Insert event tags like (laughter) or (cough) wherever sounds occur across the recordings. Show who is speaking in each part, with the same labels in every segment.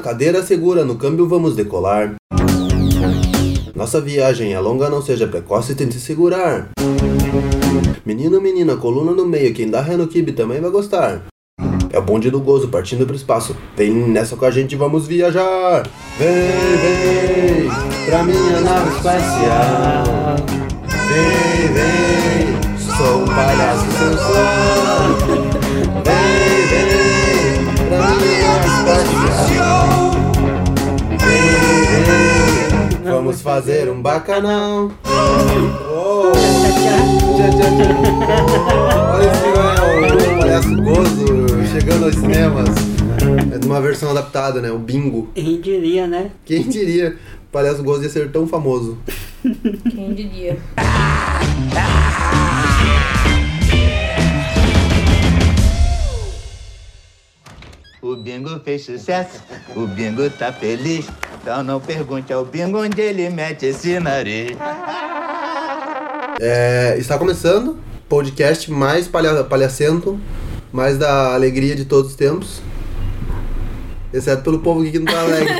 Speaker 1: cadeira segura, no câmbio vamos decolar. Nossa viagem é longa, não seja precoce, tente segurar. Menino, menina, coluna no meio, quem dá ré no kibe também vai gostar. É o bonde do gozo partindo pro espaço. Vem nessa com a gente, vamos viajar. Vem, vem, pra minha nave espacial. Vem, vem, sou um palhaço sensual. Vem, vem, pra minha nave espacial. Vem, vem, vamos fazer um bacanal. Oh, tchá, tchá, tchá. Olha esse filme, é o palhaço gozo chegando aos cinemas. É de uma versão adaptada, né? O bingo.
Speaker 2: Quem diria, né?
Speaker 1: Quem diria o palhaço gozo ia ser tão famoso?
Speaker 3: Quem diria?
Speaker 4: O bingo fez sucesso, o bingo tá feliz. Então não pergunte ao bingo onde ele mete esse nariz.
Speaker 1: É, está começando podcast mais palha palhacento, mais da alegria de todos os tempos. Exceto pelo povo aqui que não tá alegre.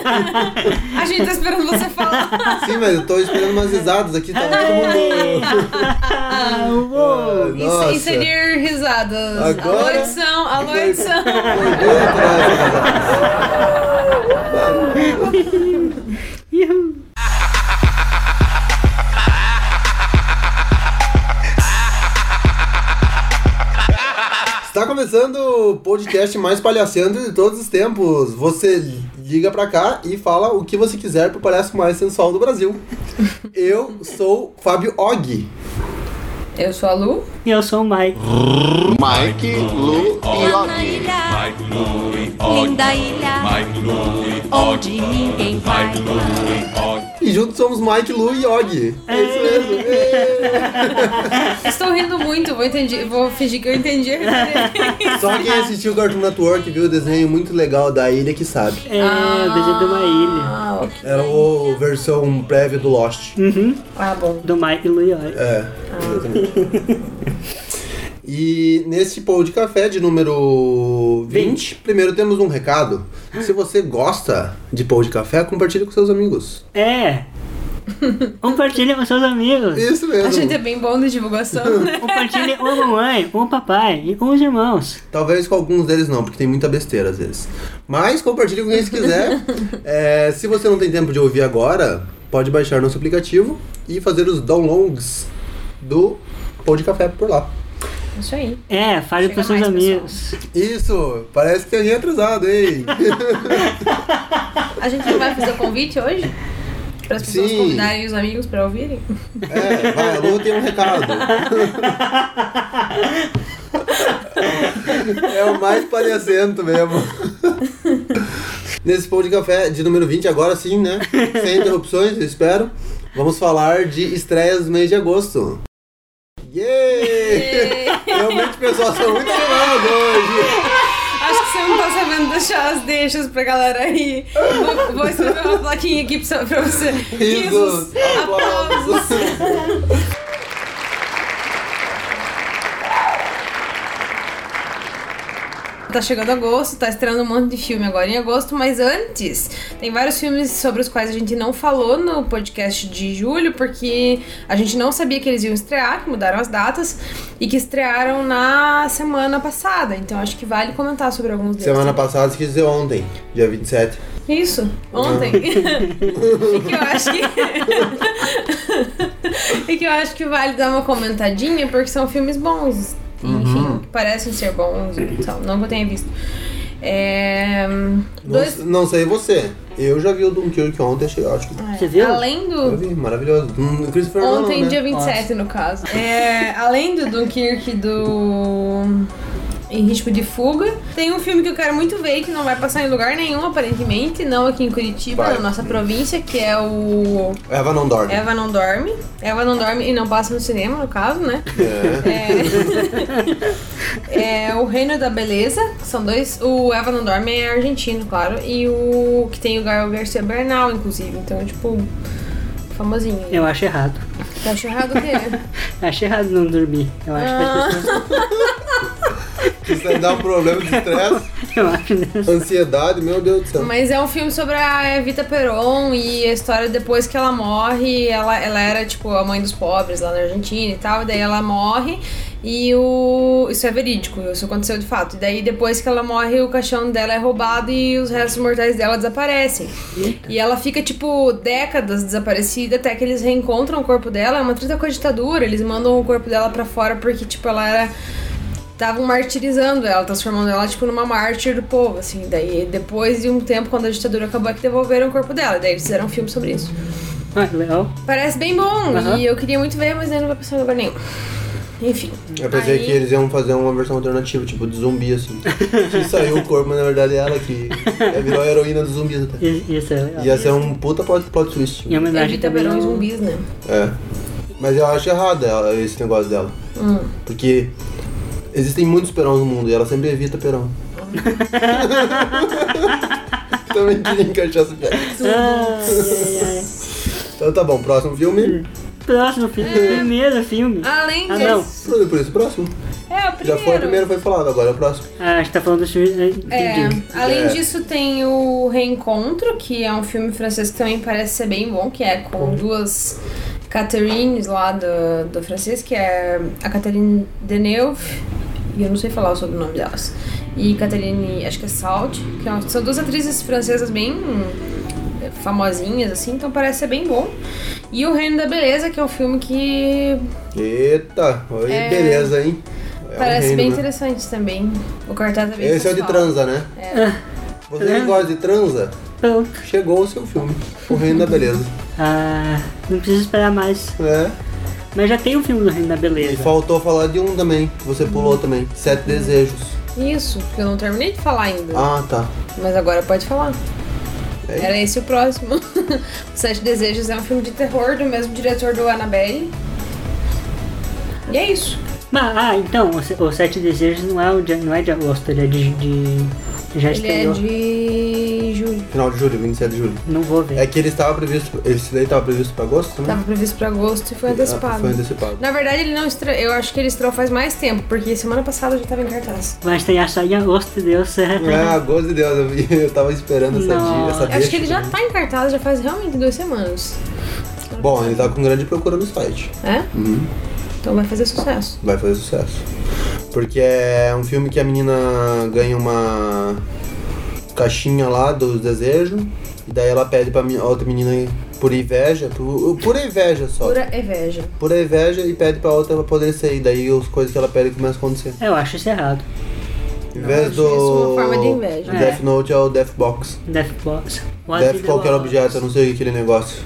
Speaker 3: A gente tá esperando você falar.
Speaker 1: (laughs) Sim, mas eu tô esperando umas risadas aqui, tá todo mundo. Ah,
Speaker 3: Isso
Speaker 1: nossa.
Speaker 3: Inserir risadas.
Speaker 1: Agora-
Speaker 3: Alô, edição. Alô, edição.
Speaker 1: Está começando o podcast mais palhaçando de todos os tempos. Você liga pra cá e fala o que você quiser pro palhaço mais sensual do Brasil. Eu sou Fábio Og.
Speaker 3: Eu sou a Lu.
Speaker 2: E eu sou o Mike.
Speaker 5: Mike, Lu e Og.
Speaker 6: Linda ilha, onde ninguém vai.
Speaker 1: E juntos somos Mike, Lu e Og. É isso mesmo. É. Ê!
Speaker 3: Estou rindo muito. Vou, entendi, vou fingir que eu
Speaker 1: (laughs)
Speaker 3: entendi a referência.
Speaker 1: Só quem assistiu o Cartoon Network viu o desenho muito legal da ilha que sabe.
Speaker 2: É, o desenho de uma ilha.
Speaker 3: Ah, ok.
Speaker 1: Era a versão prévia do Lost.
Speaker 3: Ah, bom.
Speaker 2: Do Mike Luioi.
Speaker 1: É, exatamente. E nesse pão de café de número 20, primeiro temos um recado. Se você gosta de pão de café, compartilhe com seus amigos.
Speaker 2: É.
Speaker 3: (laughs)
Speaker 2: Compartilha com seus amigos.
Speaker 1: Isso
Speaker 3: A gente é
Speaker 1: mesmo.
Speaker 3: bem bom na divulgação,
Speaker 1: (laughs)
Speaker 3: né?
Speaker 2: Compartilhe com a mamãe, com o papai e com os irmãos.
Speaker 1: Talvez com alguns deles não, porque tem muita besteira às vezes. Mas compartilhe com quem você quiser. É, se você não tem tempo de ouvir agora, pode baixar nosso aplicativo e fazer os downloads do pão de café por lá.
Speaker 3: Isso aí.
Speaker 2: É, fale
Speaker 3: Chega
Speaker 2: com seus
Speaker 3: mais,
Speaker 2: amigos.
Speaker 1: Isso, parece que alguém é atrasado, (laughs) hein?
Speaker 3: A gente não vai fazer o convite hoje? Para as pessoas
Speaker 1: Sim.
Speaker 3: convidarem os amigos para ouvirem?
Speaker 1: É, vai, a Lu tem um recado. É o mais palhacento mesmo. Nesse pão de café de número 20, agora sim, né? Sem interrupções, eu espero. Vamos falar de estreias do mês de agosto. Yeah! Realmente, pessoal, são muito animados hoje.
Speaker 3: Acho que você não tá sabendo deixar as deixas pra galera aí. Vou, vou escrever uma plaquinha aqui pra pra você.
Speaker 1: Risos, aplausos.
Speaker 3: Tá chegando agosto, tá estreando um monte de filme agora em agosto, mas antes, tem vários filmes sobre os quais a gente não falou no podcast de julho, porque a gente não sabia que eles iam estrear, que mudaram as datas, e que estrearam na semana passada. Então acho que vale comentar sobre alguns deles.
Speaker 1: Semana passada, se quis dizer ontem, dia 27.
Speaker 3: Isso, ontem. (laughs) e que (laughs) eu acho que. e que eu acho que vale dar uma comentadinha, porque são filmes bons. Enfim, que parecem ser bons e tal. Não que eu tenha visto. É,
Speaker 1: Não,
Speaker 3: Dois.
Speaker 1: não sei você. Eu já vi o Doom Kirk ontem, achei ótimo.
Speaker 2: Você viu?
Speaker 3: Além
Speaker 1: Eu
Speaker 3: do.
Speaker 1: vi, maravilhoso. Hum, do Christopher
Speaker 3: Ah. Ontem,
Speaker 1: Nolan,
Speaker 3: dia
Speaker 1: né?
Speaker 3: 27, no caso. É, além do Dunkirk e do. Em Risco de Fuga. Tem um filme que eu quero muito ver, que não vai passar em lugar nenhum, aparentemente. Não aqui em Curitiba,
Speaker 1: Vai.
Speaker 3: na nossa província, que é o.
Speaker 1: Eva não dorme.
Speaker 3: Eva não dorme. Eva não dorme e não passa no cinema, no caso, né? É, (laughs) é o Reino da Beleza, que são dois. O Eva não dorme é argentino, claro. E o que tem o Gael Garcia Bernal, inclusive. Então, tipo, famosinho.
Speaker 2: Eu acho errado.
Speaker 3: Tá achando errado o quê? Ah.
Speaker 2: Acho errado não dormir. Eu acho que as pessoas.
Speaker 1: Isso aí dá um problema de estresse,
Speaker 2: (laughs) Eu acho, né?
Speaker 1: ansiedade, meu Deus do céu.
Speaker 3: Mas é um filme sobre a Evita Peron e a história depois que ela morre. Ela, ela era, tipo, a mãe dos pobres lá na Argentina e tal. E daí ela morre e o. Isso é verídico, isso aconteceu de fato. E daí depois que ela morre, o caixão dela é roubado e os restos mortais dela desaparecem. E ela fica, tipo, décadas desaparecida até que eles reencontram o corpo dela. É uma treta com a ditadura. Eles mandam o corpo dela pra fora porque, tipo, ela era estavam martirizando ela, transformando ela, tipo, numa mártir do povo, assim. Daí, depois de um tempo, quando a ditadura acabou, é que devolveram o corpo dela. Daí eles fizeram um filme sobre isso.
Speaker 2: Ah, que legal.
Speaker 3: Parece bem bom,
Speaker 2: Aham.
Speaker 3: e eu queria muito ver, mas daí não vai passar em lugar nenhum. Enfim.
Speaker 1: Eu pensei
Speaker 3: Aí-
Speaker 1: que eles iam fazer uma versão alternativa, tipo de zumbi, assim. Que saiu o corpo, mas na verdade é ela que é- virou a heroína dos zumbis até.
Speaker 2: Isso, isso é legal.
Speaker 1: Ia ser um puta plot, plot twist.
Speaker 2: Em homenagem
Speaker 3: Evita
Speaker 2: também
Speaker 3: É
Speaker 2: ao...
Speaker 3: Verão e zumbis, né?
Speaker 1: É. Mas eu acho errado ela- esse negócio dela.
Speaker 3: Hum.
Speaker 1: Porque existem muitos perões no mundo e ela sempre evita
Speaker 3: (laughs)
Speaker 1: perão. Também queria encaixar essa piada.
Speaker 2: Ah,
Speaker 1: Então tá bom, próximo filme.
Speaker 2: Próximo filme,
Speaker 3: É.
Speaker 2: primeiro filme.
Speaker 3: Além
Speaker 2: Ah, não.
Speaker 3: disso.
Speaker 1: Tudo por isso, próximo.
Speaker 3: É, o
Speaker 1: Já
Speaker 3: primeiro.
Speaker 1: foi o primeiro, foi falado, agora é o próximo.
Speaker 2: Ah, a gente tá falando dos filmes... né?
Speaker 3: É,
Speaker 2: Entendi.
Speaker 3: além
Speaker 1: É.
Speaker 3: disso tem o Reencontro, que é um filme francês que também parece ser bem bom, que é com duas Catherines lá do, do francês, que é a Catherine Deneuve, e eu não sei falar o sobrenome delas, e Catherine, acho que é Salt, que é uma- são duas atrizes francesas bem eh, famosinhas, assim, então parece ser bem bom. E O Reino da Beleza, que é um filme que
Speaker 1: Eita, oi,
Speaker 3: É.
Speaker 1: beleza, hein? É um
Speaker 3: parece
Speaker 1: reino,
Speaker 3: bem
Speaker 1: né?
Speaker 3: interessante também. O cartaz é bem
Speaker 1: Esse é o de
Speaker 3: sensual.
Speaker 1: transa, né?
Speaker 3: É.
Speaker 1: Você que gosta de transa?
Speaker 2: Pronto.
Speaker 1: Chegou o seu filme. O Reino da Beleza.
Speaker 2: Ah, não preciso esperar mais.
Speaker 1: É.
Speaker 2: Mas já tem o filme do Reino da
Speaker 1: E
Speaker 2: Beleza.
Speaker 1: faltou falar de um também, que você pulou também. Sete Desejos.
Speaker 3: Isso, porque eu não terminei de falar ainda.
Speaker 1: Ah, tá.
Speaker 3: Mas agora pode falar.
Speaker 1: É.
Speaker 3: Era esse o próximo. (laughs) Sete Desejos é um filme de terror do mesmo diretor do Annabelle. E é isso.
Speaker 2: Mas, ah, então, o, Se- o Sete Desejos não é, o de, não é de agosto, ele é de... de já
Speaker 3: Ele é
Speaker 2: estreou.
Speaker 3: de julho.
Speaker 1: Final de julho, 27 de julho.
Speaker 2: Não vou ver.
Speaker 1: É que ele estava previsto. Esse daí estava previsto pra agosto, né?
Speaker 3: Tava previsto pra agosto e Tá, foi
Speaker 1: Ah,
Speaker 3: antecipado.
Speaker 1: Foi antecipado.
Speaker 3: Na verdade, ele não estreou. Eu acho que ele estreou faz mais tempo, porque semana passada já tava em cartaz.
Speaker 2: Vai estrear só em agosto, Deus.
Speaker 1: Ah, agosto de Deus, eu, vi- eu tava esperando essa,
Speaker 2: Não.
Speaker 1: dia, essa
Speaker 3: Eu
Speaker 1: deixa.
Speaker 3: acho que ele já tá em cartaz, já faz realmente duas semanas.
Speaker 1: Bom, ele tá com grande procura no site.
Speaker 3: É?
Speaker 1: Uhum.
Speaker 3: Então vai fazer sucesso.
Speaker 1: Vai fazer sucesso. Porque é um filme que a menina ganha uma caixinha lá dos desejos. E daí ela pede pra men- outra menina por inveja. Por, uh, por inveja só.
Speaker 3: Pura inveja.
Speaker 1: Por inveja e pede pra outra pra poder sair. Daí as coisas que ela pede começam a acontecer.
Speaker 2: Eu acho isso errado.
Speaker 1: Em vez
Speaker 3: acho isso
Speaker 1: do.
Speaker 3: uma forma de inveja.
Speaker 1: do Death Note é o Death Box.
Speaker 2: Death Box. What
Speaker 1: Death
Speaker 2: is
Speaker 1: qualquer
Speaker 2: the-
Speaker 1: objeto, eu não sei é aquele negócio.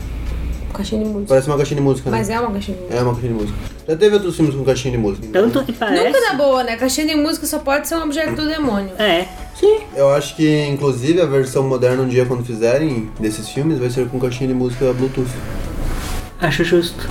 Speaker 3: Caixinha de música.
Speaker 1: Parece uma caixinha de música, né?
Speaker 3: Mas é uma caixinha de música.
Speaker 1: É uma caixinha de música. Já teve outros filmes com caixinha de música.
Speaker 2: Tanto que parece...
Speaker 3: Nunca dá boa, né? Caixinha de música só pode ser um objeto do demônio.
Speaker 2: É,
Speaker 1: Eu acho que, inclusive, a versão moderna um dia quando fizerem desses filmes vai ser com caixinha de música Bluetooth.
Speaker 2: acho justo.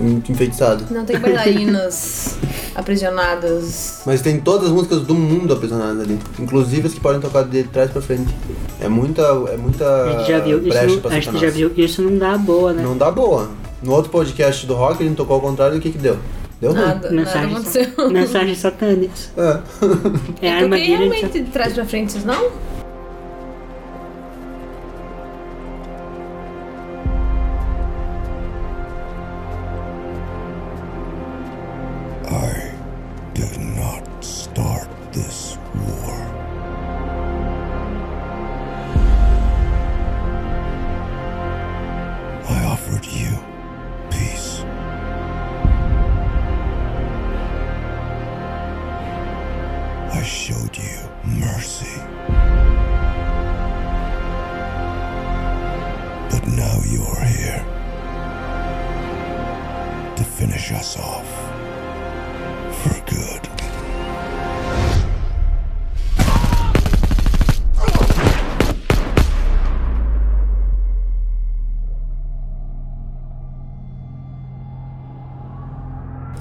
Speaker 1: em- Enfeitiçado.
Speaker 3: Não tem bailarinas aprisionadas.
Speaker 1: Mas tem todas as músicas do mundo aprisionadas ali. Inclusive as que podem tocar de trás pra frente. É muita. É muita.
Speaker 2: A gente já viu
Speaker 1: brecha
Speaker 2: isso,
Speaker 1: pra
Speaker 2: a gente
Speaker 1: Satanás.
Speaker 2: já viu isso não dá boa, né?
Speaker 1: Não dá boa. No outro podcast do rock a gente tocou ao contrário do que que deu. Deu ruim.
Speaker 3: Nada, nada aconteceu. (laughs)
Speaker 2: mensagem satânica.
Speaker 1: É. (laughs)
Speaker 2: É a
Speaker 3: Eu
Speaker 2: armadilha de
Speaker 3: toquei realmente de trás pra frente, vocês não?
Speaker 7: I did not start this war. I offered you peace. I showed you mercy. But now you're here to finish us off for good.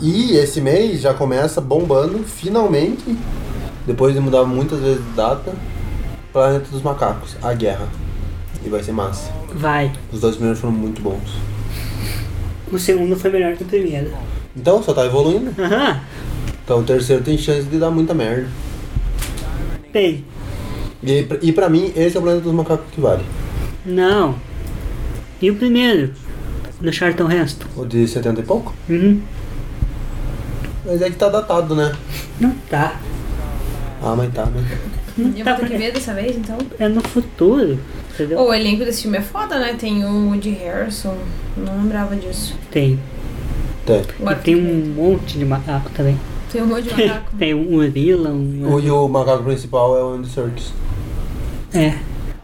Speaker 1: E esse mês já começa bombando, finalmente. Depois de mudar muitas vezes de data. Planeta dos Macacos, a guerra. E vai ser massa.
Speaker 2: Vai.
Speaker 1: Os dois primeiros foram muito bons.
Speaker 2: O segundo foi melhor que o primeiro.
Speaker 1: Então, só tá evoluindo.
Speaker 2: Aham.
Speaker 1: Então o terceiro tem chance de dar muita merda.
Speaker 2: Pei.
Speaker 1: E, pra- e pra mim, esse é o planeta dos macacos que vale.
Speaker 2: Não. E o primeiro? Do Charlton Heston.
Speaker 1: O de 70 e pouco.
Speaker 2: Uhum.
Speaker 1: Mas é que tá datado, né?
Speaker 2: Não tá.
Speaker 1: Ah, mas tá, né?
Speaker 2: Não
Speaker 3: Eu
Speaker 2: tá
Speaker 3: vou ter
Speaker 2: porque
Speaker 3: que ver dessa vez, então.
Speaker 2: é no futuro. Entendeu?
Speaker 3: Pô, o elenco desse filme é foda, né? Tem o Woody Harrison. Não lembrava disso.
Speaker 2: Tem.
Speaker 1: Tem.
Speaker 3: Oh, Agora
Speaker 2: E tem um monte de macaco também.
Speaker 3: Tem um monte
Speaker 2: (laughs)
Speaker 3: de macaco.
Speaker 2: tem um gorila, um.
Speaker 1: O, e o macaco principal é o Andy Serkis.
Speaker 2: É.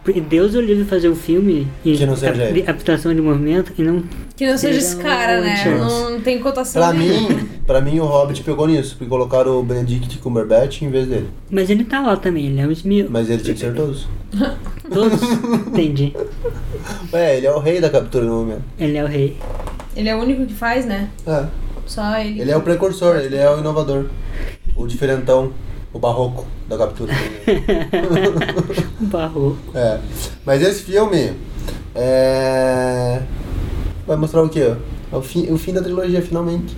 Speaker 2: Porque Deus o livre fazer um filme e
Speaker 1: Que não seja
Speaker 2: cap-
Speaker 1: ele.
Speaker 2: de captação de movimento e não.
Speaker 3: Que não seja
Speaker 2: é um
Speaker 3: esse cara, né?
Speaker 2: Chance.
Speaker 3: Não tem cotação.
Speaker 1: Pra
Speaker 3: nenhuma.
Speaker 1: mim, pra mim, o Hobbit pegou nisso, porque colocaram o Benedict Cumberbatch em vez dele.
Speaker 2: Mas ele tá lá também, ele é o Smil.
Speaker 1: Mas ele tinha que ser todos.
Speaker 2: (laughs) Todos. Entendi.
Speaker 1: É, ele é o rei da captura no momento.
Speaker 2: Ele é o rei.
Speaker 3: Ele é o único que faz, né?
Speaker 1: É.
Speaker 3: Só ele.
Speaker 1: Ele é o precursor, ele é o inovador. O diferentão, o barroco da captura.
Speaker 2: Barro.
Speaker 1: é. Mas esse filme é... vai mostrar o quê? É o fim, o fim da trilogia, finalmente.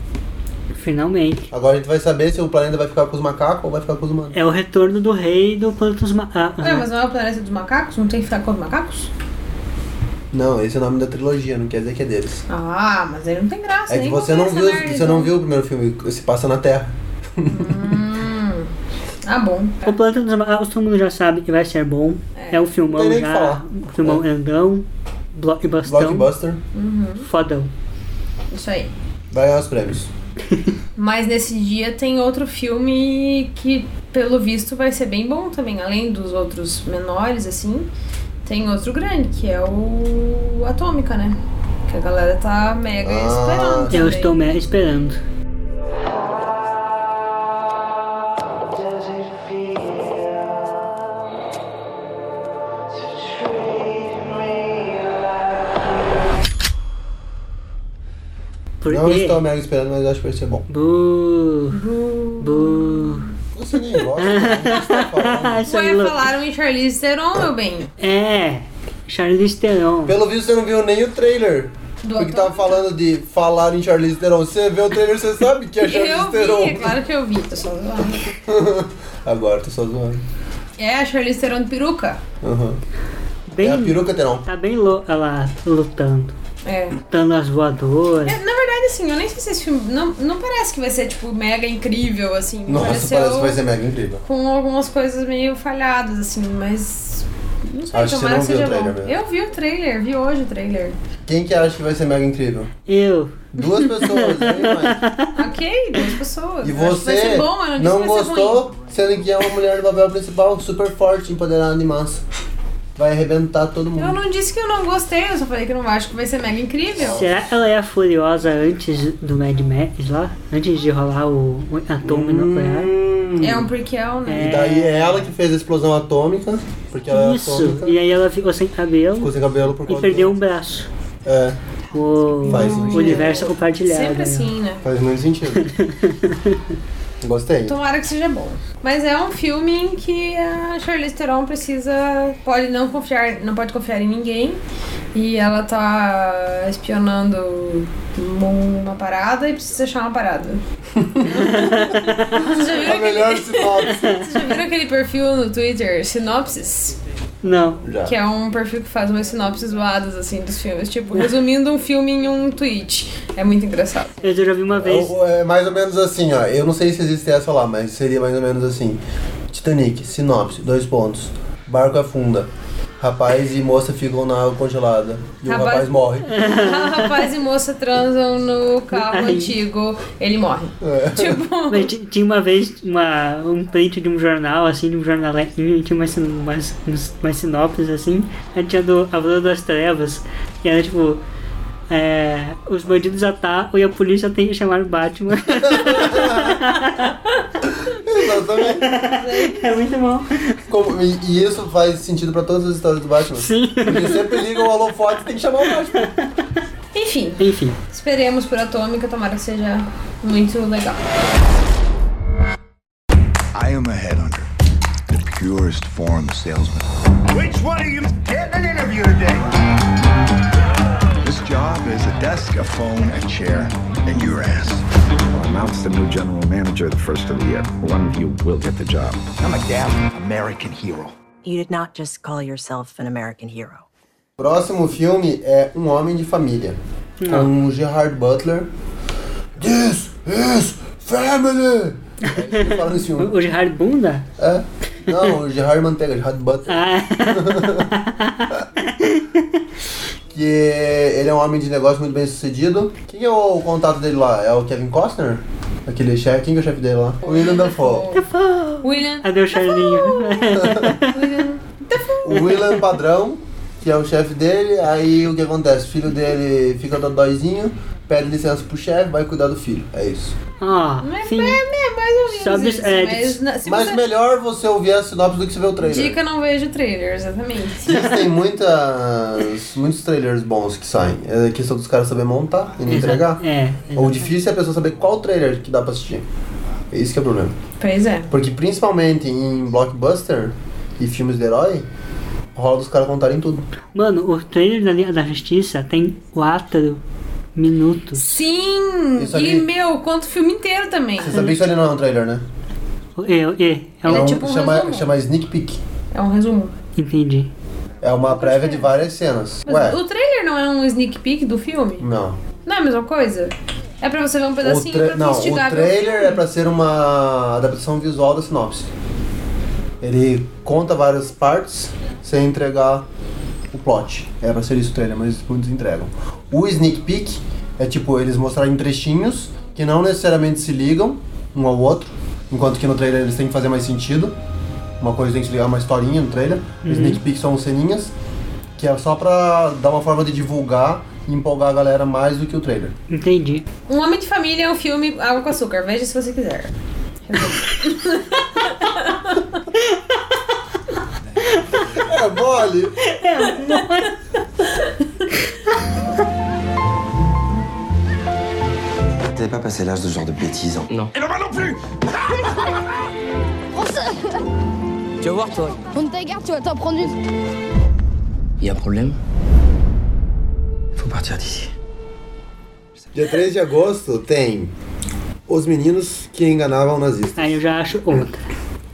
Speaker 2: Finalmente.
Speaker 1: Agora a gente vai saber se o planeta vai ficar com os macacos ou vai ficar com os humanos.
Speaker 2: É o retorno do rei do planeta dos macacos.
Speaker 3: Ué,
Speaker 2: né?
Speaker 3: mas não é o planeta dos macacos? Não tem que ficar com os macacos?
Speaker 1: Não, esse é o nome da trilogia, não quer dizer que é deles.
Speaker 3: Ah, mas ele não tem graça.
Speaker 1: É que
Speaker 3: nem
Speaker 1: você não,
Speaker 3: compensa,
Speaker 1: viu,
Speaker 3: né?
Speaker 1: você não viu o primeiro filme, se passa na Terra.
Speaker 3: Ah, bom.
Speaker 2: Tá. O Planeta dos Macacos todo mundo já sabe que vai ser bom. É, um filmão
Speaker 1: Tem nem o que
Speaker 2: já.
Speaker 1: falar. É.
Speaker 2: Um filmão andão, blockbustão,
Speaker 1: Blockbuster
Speaker 2: fodão.
Speaker 3: Isso aí.
Speaker 1: vai ganhar os prêmios.
Speaker 3: Mas nesse dia tem outro filme que, pelo visto, vai ser bem bom também. Além dos outros menores, assim, tem outro grande, que é o Atômica, né? Que a galera tá mega
Speaker 1: Ah,
Speaker 3: esperando.
Speaker 2: Eu
Speaker 3: também.
Speaker 2: estou me esperando. Porque...
Speaker 1: Não estou mega esperando, mas acho que vai ser bom.
Speaker 2: Bu. Bu.
Speaker 1: Você nem gosta, né? O que você
Speaker 3: (laughs)
Speaker 1: tá falando?
Speaker 2: Isso é
Speaker 3: Ué,
Speaker 2: louco.
Speaker 3: falaram em Charlize Theron, meu bem.
Speaker 2: É. Charlize Theron.
Speaker 1: Pelo visto você não viu nem o trailer.
Speaker 3: Do
Speaker 1: Porque
Speaker 3: ator.
Speaker 1: tava falando de falar em Charlize Theron. Você vê o trailer, você sabe que é
Speaker 3: Eu
Speaker 1: Charlize
Speaker 3: vi, é
Speaker 1: Theron.
Speaker 3: claro que eu vi. Tô só zoando.
Speaker 1: (laughs) Agora, tô só zoando.
Speaker 3: É a Charlize Theron de peruca.
Speaker 1: Aham.
Speaker 2: Bem,
Speaker 1: É a peruca Theron.
Speaker 2: Tá bem louca lá, lutando.
Speaker 3: É.
Speaker 2: Lutando as voadoras.
Speaker 3: É, Na verdade, assim, eu nem sei se esse filme. Não, não parece que vai ser, tipo, mega incrível, assim.
Speaker 1: Nossa,
Speaker 3: Pareceu
Speaker 1: parece que vai ser mega incrível.
Speaker 3: com algumas coisas meio falhadas, assim, mas. Não sei,
Speaker 1: Acho que
Speaker 3: tomara que
Speaker 1: você não
Speaker 3: seja
Speaker 1: viu o
Speaker 3: bom.
Speaker 1: trailer mesmo.
Speaker 3: Eu vi o trailer, vi hoje o trailer.
Speaker 1: Quem que acha que vai ser mega incrível?
Speaker 2: Eu.
Speaker 1: Duas pessoas, nem
Speaker 3: (laughs)
Speaker 1: mais.
Speaker 3: ok, duas pessoas.
Speaker 1: E
Speaker 3: Eu acho que vai
Speaker 1: você
Speaker 3: ser bom, mas não, disse
Speaker 1: não
Speaker 3: que vai ser
Speaker 1: gostou,
Speaker 3: ruim.
Speaker 1: sendo que é uma mulher do papel principal, super forte, empoderada e massa. Vai arrebentar todo mundo.
Speaker 3: Eu não disse que eu não gostei, eu só falei que eu não acho que vai ser mega incrível.
Speaker 2: Será que ela é a Furiosa antes do Mad Max lá? Antes de rolar o, o
Speaker 1: Hum.
Speaker 2: atome nuclear?
Speaker 3: É um prequel, né?
Speaker 1: E daí é ela que fez a explosão atômica, porque ela é
Speaker 2: Isso.
Speaker 1: atômica.
Speaker 2: E aí ela ficou sem
Speaker 1: Ficou
Speaker 2: cabelo
Speaker 1: sem cabelo por
Speaker 2: e
Speaker 1: causa
Speaker 2: perdeu um
Speaker 1: do-
Speaker 2: braço.
Speaker 1: É,
Speaker 2: O,
Speaker 1: Faz
Speaker 2: o
Speaker 1: sentido.
Speaker 2: universo compartilhado.
Speaker 3: Sempre
Speaker 2: né?
Speaker 3: assim, né?
Speaker 1: faz muito
Speaker 2: (laughs)
Speaker 1: sentido. Gostei.
Speaker 3: Tomara que seja bom. Mas é um filme em que a Charlize Theron precisa. Pode não confiar. Não pode confiar em ninguém. E ela tá espionando uma parada e precisa achar uma parada. Vocês já viram
Speaker 1: É A melhor
Speaker 3: aquele- (laughs)
Speaker 1: sinopse.
Speaker 3: vocês já viram aquele perfil no Twitter, Sinopsis?
Speaker 2: Não.
Speaker 1: Já.
Speaker 3: Que é um perfil que faz umas sinopses zoadas, assim, dos filmes. Tipo, resumindo um filme em um tweet. É muito engraçado.
Speaker 2: Eu já vi uma vez.
Speaker 1: Ou- ou É mais ou menos assim, ó. Eu não sei se existe essa lá, mas seria mais ou menos assim. Titanic, sinopse, dois pontos. Barco afunda. Rapaz e moça ficam na água congelada. E o
Speaker 3: Rapaz-
Speaker 1: rapaz morre.
Speaker 3: Rapaz e moça transam no carro
Speaker 2: Ai.
Speaker 3: antigo, ele morre. Tipo,
Speaker 2: Mas ti- tinha uma vez uma, um print de um jornal, assim, de um jornalequinho, e tinha umas, sin- umas, uns- umas sinopses, assim, aí tinha do A Vila das Trevas, que era tipo. é, os bandidos atacam e a polícia tem que chamar o Batman.
Speaker 1: Exatamente.
Speaker 2: (laughs) é muito bom.
Speaker 1: Como- e, e isso faz sentido pra todas as histórias do Batman.
Speaker 2: Sim.
Speaker 1: Porque sempre ligam o holofote e tem que chamar o Batman.
Speaker 3: enfim,
Speaker 2: Enfim.
Speaker 3: esperemos por Atômica, tomara que seja muito legal.
Speaker 7: I am a headhunter, the purest form of salesman.
Speaker 8: Which one of you getting an interview today?
Speaker 7: This
Speaker 8: first job is a desk, a phone, a chair, and your ass.
Speaker 9: I'll announce the new general manager the first of the year. One of you will get the job.
Speaker 8: I'm a damn American hero.
Speaker 10: You did not just call yourself an American hero.
Speaker 1: Próximo filme é Um Homem de Família. Com o Gerard Butler. This is family! É isso que fala nesse filme.
Speaker 2: O Gerard Bunda?
Speaker 1: É. Não, o Gerard Manteiga, Gerard Butler.
Speaker 2: Ah,
Speaker 3: Ah.
Speaker 1: (laughs) Que ele é um homem de negócio muito bem sucedido. Quem é o contato dele lá? É o Kevin Costner? Aquele chefe, quem que é o chefe dele lá? O William Dafoe.
Speaker 2: Oh,
Speaker 3: William.
Speaker 2: cadê o Charlinho? (laughs)
Speaker 3: William.
Speaker 1: O William Padrão, que é o chefe dele. Aí o que acontece? O filho dele fica dodóizinho, pede licença pro chefe, vai cuidar do filho. É isso.
Speaker 2: Ó,
Speaker 3: Mas
Speaker 2: sim.
Speaker 3: é, é mais ou menos
Speaker 2: Sobe os
Speaker 3: isso,
Speaker 2: créditos.
Speaker 3: mas na- se
Speaker 1: Mas
Speaker 3: você-
Speaker 1: melhor você ouvir a sinopse do que você ver o trailer.
Speaker 3: Dica, não vejo trailer, exatamente.
Speaker 1: Existem muitas, muitos trailers bons que saem. É questão dos caras saber montar e não entregar.
Speaker 2: É.
Speaker 1: Ou difícil é a pessoa saber qual trailer que dá pra assistir. É isso que é o problema.
Speaker 3: Pois é.
Speaker 1: Porque principalmente em blockbuster e filmes de herói, rola dos caras contarem tudo.
Speaker 2: Mano, o trailer da Liga da Justiça tem quatro minutos.
Speaker 3: Sim!
Speaker 1: Isso
Speaker 3: E,
Speaker 1: ali-
Speaker 3: meu, quanto o filme inteiro também.
Speaker 1: Você sabia que isso ali não é um trailer, né?
Speaker 2: É, é, é
Speaker 3: Ele
Speaker 2: um...
Speaker 3: é tipo um
Speaker 1: chama,
Speaker 3: resumo.
Speaker 1: chama sneak peek.
Speaker 3: É um resumo.
Speaker 2: Entendi.
Speaker 1: É uma prévia de várias cenas.
Speaker 3: Mas
Speaker 1: Ué,
Speaker 3: o trailer não é um sneak peek do filme?
Speaker 1: não.
Speaker 3: Não é a mesma coisa? É pra você ver um
Speaker 1: O
Speaker 3: pedacinho
Speaker 1: tra-
Speaker 3: pra
Speaker 1: não,
Speaker 3: investigar.
Speaker 1: o trailer é pra ser uma adaptação visual da sinopse. Ele conta várias partes sem entregar o plot. É pra ser isso o trailer, mas muitos entregam. O sneak peek é tipo eles mostrarem trechinhos que não necessariamente se ligam um ao outro, enquanto que no trailer eles têm que fazer mais sentido. Uma coisa tem que se ligar a uma historinha no trailer. Os sneak peeks são ceninhas que é só pra dar uma forma de divulgar e empolgar a galera mais do que o trailer.
Speaker 2: Entendi.
Speaker 3: Um Homem de Família é um filme água com açúcar. Veja se você quiser.
Speaker 1: É mole!
Speaker 11: T'avais pas passé l'âge de ce genre de bêtises. hein.
Speaker 8: Et là-bas non plus
Speaker 11: Tu vas voir, toi.
Speaker 12: On te garde, tu vas t'en prendre une.
Speaker 11: Il y a un problème. Faut partir d'ici.
Speaker 1: Dia 3 de agosto tem Os Meninos que Enganavam o Nazista.
Speaker 2: Aí eu já acho outra.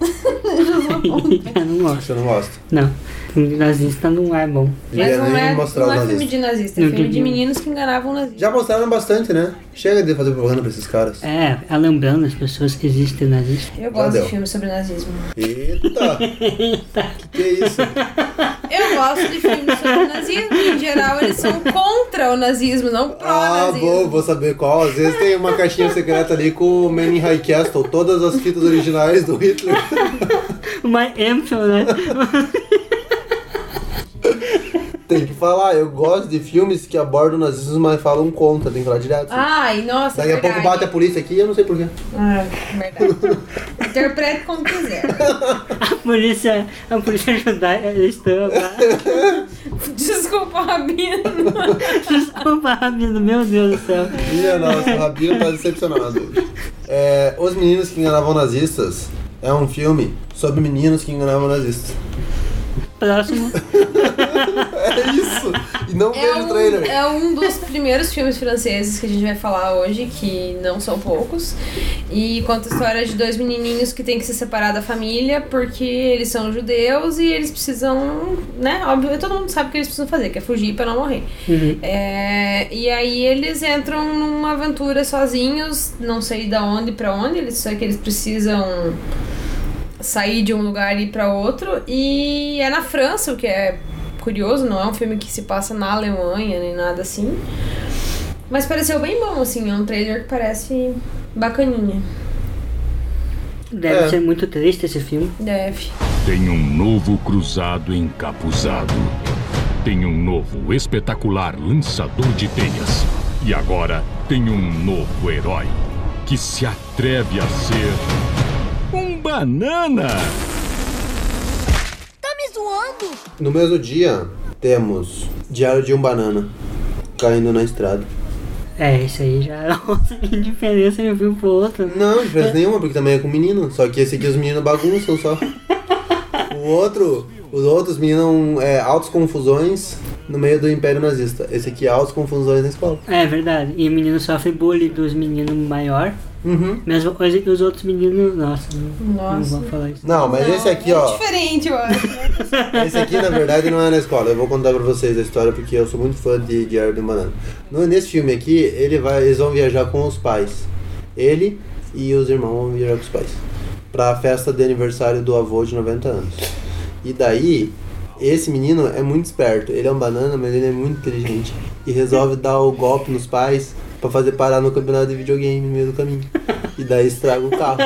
Speaker 2: (laughs) eu não gosto.
Speaker 1: Você não gosta?
Speaker 2: Não. Filme de nazista não é bom.
Speaker 3: Mas
Speaker 1: Devia
Speaker 3: não
Speaker 1: nem
Speaker 3: é,
Speaker 1: mostrar
Speaker 3: não
Speaker 1: os
Speaker 3: é filme
Speaker 1: nazistas.
Speaker 3: de nazista, é
Speaker 2: Não
Speaker 3: filme de
Speaker 2: devia.
Speaker 3: meninos que enganavam um nazistas.
Speaker 1: Já mostraram bastante, né? Chega de fazer propaganda pra esses caras.
Speaker 2: É, é lembrando as pessoas que existem nazistas.
Speaker 3: Eu gosto
Speaker 1: deu.
Speaker 3: de filmes sobre nazismo. (laughs)
Speaker 1: Eita! que que é isso?
Speaker 3: Eu gosto de filmes sobre nazismo. Em geral, eles são contra o nazismo, não
Speaker 1: Ah, vou,
Speaker 3: pró-nazismo.
Speaker 1: vou saber qual. Às vezes tem uma caixinha secreta ali com o Man in High Castle, todas as fitas originais do Hitler. (laughs)
Speaker 2: My Emperor, né?
Speaker 1: Tem que falar, eu gosto de filmes que abordam nazismo, mas falam contra, tem que falar direto.
Speaker 3: Ai, nossa,
Speaker 1: Daqui a pouco bate a polícia aqui e eu não sei porquê.
Speaker 3: Ah, verdade.
Speaker 1: (laughs)
Speaker 3: Interprete como quiser.
Speaker 2: a polícia, a polícia judaica estava
Speaker 3: Desculpa, Rabino.
Speaker 2: Desculpa, Rabino, (laughs) meu Deus do céu.
Speaker 1: Minha nossa, o Rabino tá decepcionado. É, Os Meninos que Enganavam Nazistas é um filme sobre meninos que enganavam nazistas. (laughs)
Speaker 2: Próximo.
Speaker 1: É isso! E não
Speaker 3: É
Speaker 1: vejo o
Speaker 3: um,
Speaker 1: trailer.
Speaker 3: é um dos primeiros filmes franceses que a gente vai falar hoje, que não são poucos. E conta a história de dois menininhos que têm que se separar da família porque eles são judeus e eles precisam, né? Óbvio, todo mundo sabe o que eles precisam fazer, que é fugir pra não morrer.
Speaker 1: Uhum.
Speaker 3: É, e aí eles entram numa aventura sozinhos, não sei da onde pra onde, eles, só que eles precisam sair de um lugar e ir pra outro. E é na França, o que é curioso, não é um filme que se passa na Alemanha nem nada assim. Mas pareceu bem bom, assim, é um trailer que parece bacaninha.
Speaker 2: Deve
Speaker 1: É.
Speaker 2: ser muito triste esse filme.
Speaker 3: Deve.
Speaker 6: Tem um novo cruzado encapuzado. Tem um novo espetacular lançador de teias. E agora tem um novo herói que se atreve a ser. Um banana!
Speaker 3: um-
Speaker 1: No mesmo dia, temos Diário de um Banana caindo na estrada.
Speaker 2: É, isso aí já é (laughs) uma diferença de um filme pro outro.
Speaker 1: Não, diferença nenhuma, porque também é com menino. Só que esse aqui os meninos bagunçam só. O outro, os outros meninos é, altas confusões. no meio do Império Nazista. Esse aqui é altas confusões na escola.
Speaker 2: É verdade. E o menino sofre bullying dos meninos maior.
Speaker 1: Uhum.
Speaker 2: Mesma coisa que os outros meninos. Nossa, não- não
Speaker 3: Nossa.
Speaker 2: vou falar isso.
Speaker 1: Não, mas
Speaker 3: Não,
Speaker 1: esse aqui,
Speaker 3: é
Speaker 1: ó.
Speaker 3: diferente, eu acho.
Speaker 1: Esse aqui, na verdade, não é na escola. Eu vou contar pra vocês a história porque eu sou muito fã de Diário de um Banana. No- Nesse filme aqui, ele vai, eles vão viajar com os pais. Ele e os irmãos vão viajar com os pais. Pra festa de aniversário do avô de 90 anos. E daí, esse menino é muito esperto. Ele é um banana, mas ele é muito inteligente. E resolve dar o golpe nos pais pra fazer parar no campeonato de videogame no meio do caminho. E daí estraga o carro.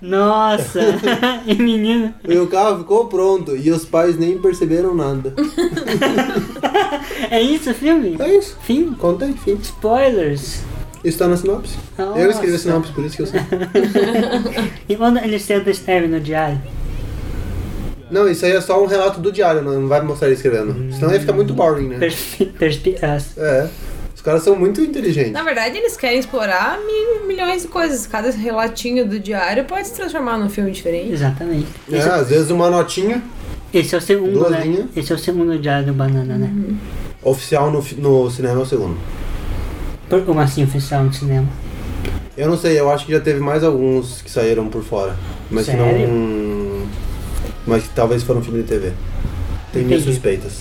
Speaker 2: Nossa! (laughs) e menino.
Speaker 1: E o carro ficou pronto. E os pais nem perceberam nada.
Speaker 2: É isso o filme?
Speaker 1: É isso.
Speaker 2: Fim?
Speaker 1: Contei, fim.
Speaker 2: Spoilers!
Speaker 1: Isso tá na sinopse. Eu escrevi a sinopse, por isso que eu sei. (laughs)
Speaker 2: E quando ele senta e escreve no diário?
Speaker 1: Não, isso aí é só um relato do diário, não vai mostrar ele escrevendo.
Speaker 2: Hum.
Speaker 1: Senão ia ficar muito boring, né?
Speaker 2: Perspi perspicaz.
Speaker 1: É. Os caras são muito inteligentes.
Speaker 3: Na verdade, eles querem explorar mil, milhões de coisas. Cada relatinho do diário pode se transformar num filme diferente.
Speaker 2: Exatamente.
Speaker 1: É, às vezes uma notinha
Speaker 2: Esse é o segundo,
Speaker 1: Duas
Speaker 2: né?
Speaker 1: linhas.
Speaker 2: Esse é o segundo diário do Banana, né?
Speaker 1: oficial no, fi- no cinema é o segundo.
Speaker 2: Por como assim oficial no cinema?
Speaker 1: Eu não sei, eu acho que já teve mais alguns que saíram por fora. Mas que
Speaker 2: Sério?
Speaker 1: não. Mas que talvez foram filme de TV. Tem minhas
Speaker 2: Entendi.
Speaker 1: suspeitas.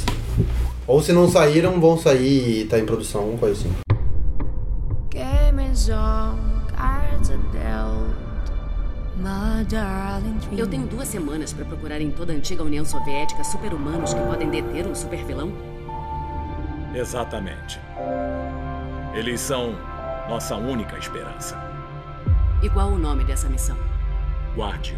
Speaker 1: Ou se não saíram, vão sair e tá em produção, alguma coisa assim.
Speaker 5: Eu tenho duas semanas pra procurar em toda a antiga União Soviética super-humanos que podem deter um supervilão.
Speaker 13: Exatamente. Eles são nossa única esperança.
Speaker 5: E qual o nome dessa missão?
Speaker 13: Guardiões.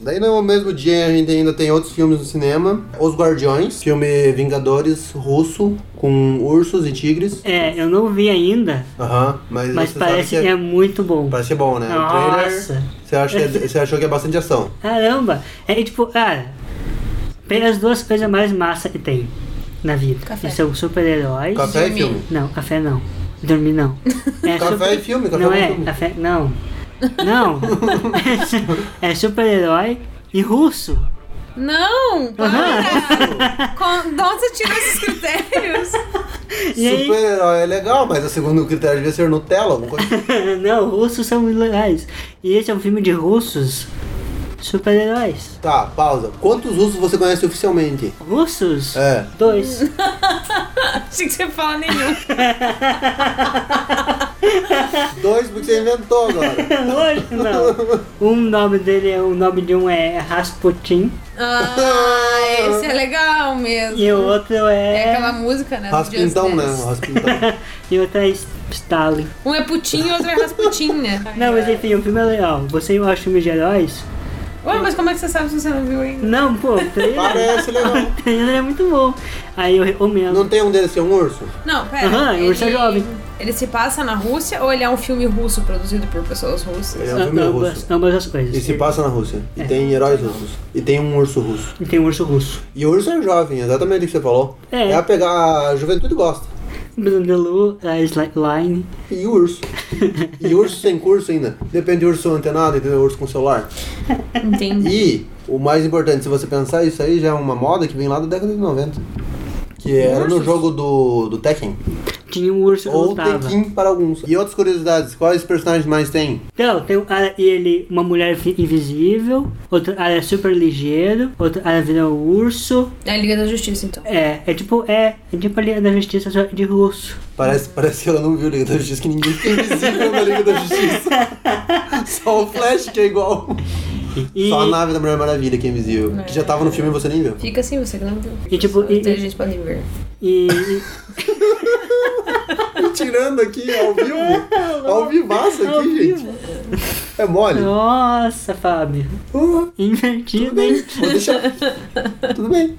Speaker 1: Daí no mesmo dia a gente ainda tem outros filmes no cinema. Os Guardiões, filme Vingadores russo com ursos e tigres.
Speaker 2: É, eu não vi ainda,
Speaker 1: Aham, mas,
Speaker 2: mas
Speaker 1: você
Speaker 2: parece que
Speaker 1: sabe
Speaker 2: é...
Speaker 1: que é,
Speaker 2: muito bom.
Speaker 1: parece que é bom, né? O
Speaker 2: Nossa.
Speaker 1: trailer, você, acha que é- você achou que é bastante
Speaker 2: (laughs)
Speaker 1: ação.
Speaker 2: Caramba! É tipo, cara, tem as duas coisas mais massa que tem na vida.
Speaker 3: Café.
Speaker 2: São super-heróis.
Speaker 1: Café e filme.
Speaker 2: Não, café não.
Speaker 1: (laughs)
Speaker 2: Dormir não. É
Speaker 1: Café e filme, café
Speaker 2: Não
Speaker 1: com
Speaker 2: é,
Speaker 1: filme.
Speaker 2: café. Não.
Speaker 1: (laughs)
Speaker 2: Não. é super-herói e russo.
Speaker 3: Não!
Speaker 1: Ah,
Speaker 3: Para! Com- De onde você tira esses critérios?
Speaker 2: (laughs)
Speaker 3: (laughs)
Speaker 2: E aí?
Speaker 1: Super-herói é legal, mas o segundo critério devia ser Nutella, alguma
Speaker 2: (laughs)
Speaker 1: coisa.
Speaker 2: não, russos são ilegais. E esse é um filme de russos super-heróis.
Speaker 1: tá, pausa. Quantos russos você conhece oficialmente?
Speaker 2: Russos?
Speaker 1: É.
Speaker 2: Dois. (laughs)
Speaker 3: Achei que você ia falar nenhum.
Speaker 1: Dois porque você inventou
Speaker 2: (laughs)
Speaker 1: agora.
Speaker 2: Lógico, não. Um nome dele é o nome de um é Rasputin
Speaker 3: Ah, esse é legal mesmo.
Speaker 2: e o outro
Speaker 3: É
Speaker 2: é.
Speaker 3: aquela música, né? do
Speaker 1: Raspintão,
Speaker 3: Just
Speaker 1: né?
Speaker 3: Dance.
Speaker 1: Raspintão.
Speaker 2: E o outro é Stalin.
Speaker 3: Um é putinho e outro é rasputin, né?
Speaker 2: (laughs) Não, mas enfim, o filme é legal. Você gosta de filmes de heróis?
Speaker 3: Ué, mas como é que você sabe se você não viu ainda?
Speaker 1: (laughs)
Speaker 2: Não, pô, o trailer,
Speaker 1: Parece legal.
Speaker 2: o trailer é muito bom. Aí eu recomendo.
Speaker 1: Não tem um deles que é um urso?
Speaker 3: Não, pera.
Speaker 2: Aham,
Speaker 3: ele-
Speaker 2: Ursa Jovem.
Speaker 3: Ele se passa na Rússia ou ele é um filme russo produzido por
Speaker 2: (laughs)
Speaker 3: pessoas russas?
Speaker 1: Ele é um filme russo.
Speaker 2: ambas, ambas as coisas.
Speaker 1: E se passa na Rússia. E tem heróis russos. E tem um urso russo.
Speaker 2: E tem um urso russo.
Speaker 1: E o urso é jovem, exatamente o que você falou.
Speaker 2: É.
Speaker 1: É, a pegar a juventude gosta.
Speaker 2: Brandelu, a Slackline.
Speaker 1: E o urso. E o urso sem curso ainda. Depende do urso antenado, entendeu? Urso com celular.
Speaker 3: Entendi.
Speaker 1: E o mais importante, se você pensar, isso aí já é uma moda que vem lá da década de 90. Que era no jogo do, do Tekken.
Speaker 2: Tinha um urso que
Speaker 1: Ou
Speaker 2: lutava.
Speaker 1: Tekken para alguns. E outras curiosidades, quais personagens mais tem?
Speaker 2: Então, tem um cara e ele, uma mulher fi- invisível, outro cara é super ligeiro, outro cara vira um urso.
Speaker 3: É a Liga (laughs) da Justiça, então.
Speaker 2: É, é tipo, é, é tipo a Liga da Justiça só que de russo.
Speaker 1: Parece, parece que ela não viu Liga da Justiça, que ninguém fica invisível na Liga da Justiça. (laughs) Só o Flash que é igual.
Speaker 2: E,
Speaker 1: Só a nave da Mulher Maravilha que é invisível. Que já tava no filme e você nem viu.
Speaker 3: Fica assim, você que não viu. Então,
Speaker 2: E tipo,
Speaker 3: Os
Speaker 2: e-
Speaker 3: inteligentes podem ver.
Speaker 2: e,
Speaker 1: Tirando aqui,
Speaker 2: (laughs)
Speaker 1: ao vivo. Ao vivaço
Speaker 2: Ao
Speaker 1: aqui, gente. É
Speaker 2: e-
Speaker 1: mole.
Speaker 2: Nossa, Fábio.
Speaker 1: Uh,
Speaker 2: Invertido, hein?
Speaker 1: Vou deixar. Tudo bem.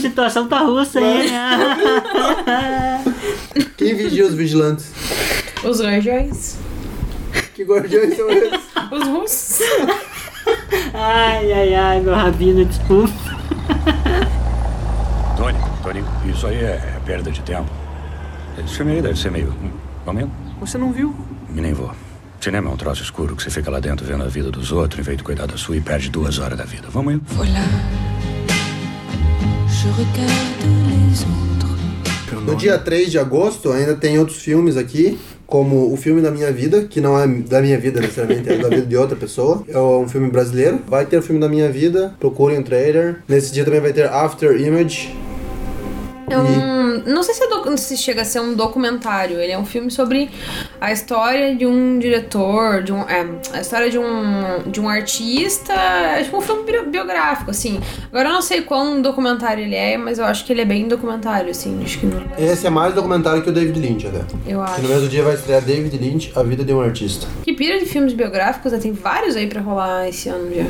Speaker 2: Situação tá russa aí, né?
Speaker 1: Quem vigia os vigilantes?
Speaker 3: Os guardiões.
Speaker 1: Que guardiões são esses?
Speaker 3: Os russos.
Speaker 2: (laughs) ai, ai, ai, meu rabino, desculpa.
Speaker 14: Tony, Tony, isso aí é perda de tempo. Esse filme aí deve ser meio. Momento?
Speaker 11: Você não viu?
Speaker 14: E nem vou. Cinema é um troço escuro que você fica lá dentro vendo a vida dos outros, em vez de cuidar da sua e perde duas horas da vida. Vamos aí.
Speaker 11: Olá.
Speaker 1: (laughs) No dia 3 de agosto ainda tem outros filmes aqui, como o filme da minha vida, que não é da minha vida necessariamente, é da vida de outra pessoa. É um filme brasileiro. Vai ter o filme da minha vida, procurem o um trailer. Nesse dia também vai ter After Image.
Speaker 3: É um, não sei se, é docu- se chega a ser um documentário. Ele é um filme sobre a história de um diretor, de um, é, a história de um, de um artista. É tipo um filme bi- biográfico, assim. Agora eu não sei quão documentário ele é, mas eu acho que ele é bem documentário, assim. Acho que não.
Speaker 1: Esse é mais documentário que o David Lynch, até.
Speaker 3: Eu
Speaker 1: Que é
Speaker 3: acho.
Speaker 1: no mesmo dia vai estrear David Lynch, A Vida de um Artista.
Speaker 3: Que pira de filmes biográficos, né? tem vários aí pra rolar esse ano já.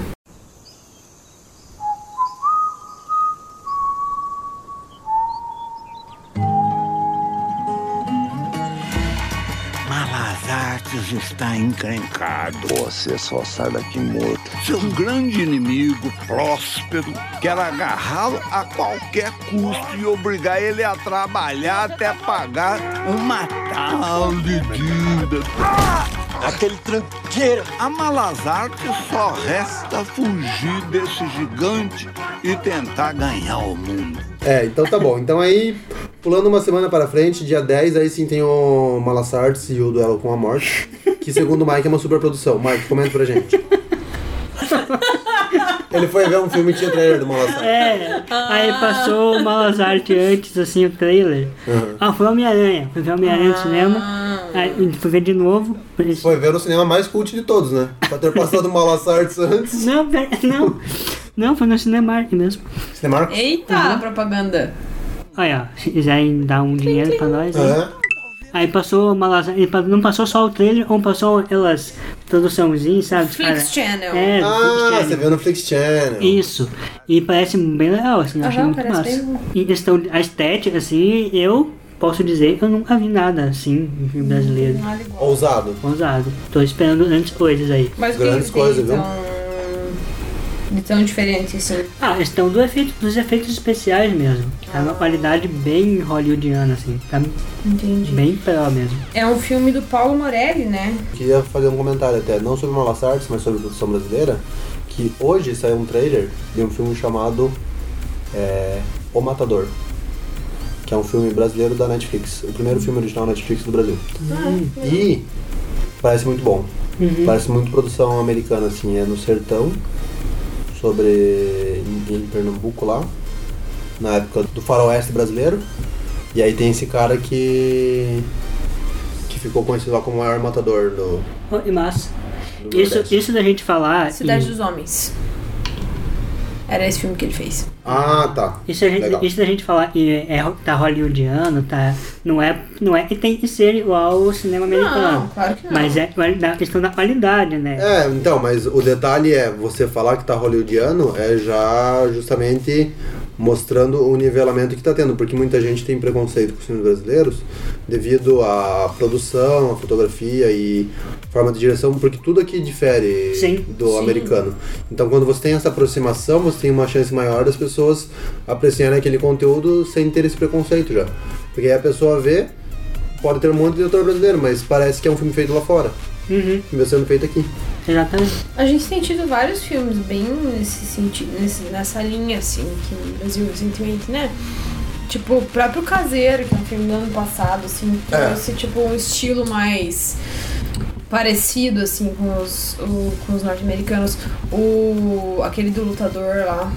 Speaker 7: Malas está encrencado.
Speaker 15: Você só sai daqui morto.
Speaker 7: Seu grande inimigo, próspero, quer agarrá-lo a qualquer custo e obrigar ele a trabalhar até pagar uma tal de dívida. Ah! Aquele tranqueiro. A Malazarte só resta fugir desse gigante e tentar ganhar o mundo.
Speaker 1: É, então tá bom. Então aí, pulando uma semana para frente, dia 10, aí sim tem o Malasartes e o Duelo com a Morte, que segundo o Mike é uma superprodução. Mike, comenta pra gente. Ele foi ver um filme e tinha trailer do Malasartes.
Speaker 2: É, aí passou o Malazarte antes, assim, o trailer.
Speaker 1: Uhum.
Speaker 2: Ah, foi Homem-Aranha. Foi ver Homem-Aranha no cinema.
Speaker 3: Ah.
Speaker 2: Aí foi ver de novo.
Speaker 1: Foi ver o cinema mais cult de todos, né? Pra ter passado o Malasartes antes.
Speaker 2: Não, pera- não. Não, foi no Cinemark mesmo.
Speaker 1: Cinemark?
Speaker 3: Eita, propaganda.
Speaker 2: Aí, ó, se quiserem dar um dinheiro pra
Speaker 1: É.
Speaker 2: nós. né? Aí passou o Malazar. ele pa- Não passou só o trailer, ou passou aquelas produçãozinhas, sabe?
Speaker 3: Flix
Speaker 2: cara?
Speaker 3: Channel.
Speaker 2: É, do Flix
Speaker 1: Ah,
Speaker 2: Channel.
Speaker 1: você viu no Flix Channel.
Speaker 2: Isso. E parece bem legal, assim, eu achei
Speaker 3: Aham,
Speaker 2: muito
Speaker 3: parece
Speaker 2: massa.
Speaker 3: bem bom.
Speaker 2: E questão de a estética, assim, eu posso dizer que eu nunca vi nada assim em filme brasileiro.
Speaker 1: Ousado.
Speaker 2: Ousado. Tô esperando grandes coisas aí.
Speaker 3: Mas o que que tem de tão, de tão diferente, assim?
Speaker 2: Ah, questão do efeito, dos efeitos especiais mesmo. É uma qualidade bem hollywoodiana, assim. Tá
Speaker 3: Entendi.
Speaker 2: bem pró mesmo.
Speaker 3: É um filme do Paulo Morelli, né?
Speaker 1: Queria fazer um comentário até, não sobre Malas Artes, mas sobre produção brasileira, que hoje saiu um trailer de um filme chamado é, O Matador, que é um filme brasileiro da Netflix, o primeiro filme original Netflix do Brasil. E parece muito bom,
Speaker 2: Uhum.
Speaker 1: parece muito produção americana, assim, é no sertão, sobre em, em Pernambuco lá, na época do faroeste brasileiro, e aí tem esse cara que... Que ficou conhecido lá como o maior matador do,
Speaker 2: Oh, e massa.
Speaker 1: Do
Speaker 2: Isso,
Speaker 1: Nordeste.
Speaker 2: isso da gente falar.
Speaker 3: Cidade
Speaker 2: em-
Speaker 3: dos Homens. Era esse filme que ele fez.
Speaker 1: Ah, tá.
Speaker 2: Isso, a gente,
Speaker 1: Legal.
Speaker 2: isso da gente falar que é, tá hollywoodiano, tá. Não é, não é que tem que ser igual ao cinema americano.
Speaker 3: claro que não.
Speaker 2: Mas é a questão da qualidade, né?
Speaker 1: É, então, mas o detalhe é, você falar que tá hollywoodiano é já justamente mostrando o nivelamento que tá tendo, porque muita gente tem preconceito com os filmes brasileiros devido à produção, à fotografia e forma de direção, porque tudo aqui difere
Speaker 2: Sim.
Speaker 1: do
Speaker 2: Sim.
Speaker 1: americano. Então, quando você tem essa aproximação, você tem uma chance maior das pessoas apreciarem aquele conteúdo sem ter esse preconceito já. Porque aí a pessoa vê, pode ter um monte de autor brasileiro, mas parece que é um filme feito lá fora.
Speaker 2: Uhum.
Speaker 1: E vai sendo feito aqui.
Speaker 2: Exatamente.
Speaker 3: A gente tem tido vários filmes bem nesse sentido, nesse- nessa linha, assim, que no Brasil recentemente, né? Tipo, o próprio Caseiro, que é um filme do ano passado, assim,
Speaker 1: É.
Speaker 3: trouxe, tipo, um estilo mais parecido, assim, com os, o- com os norte-americanos. O... aquele do lutador lá,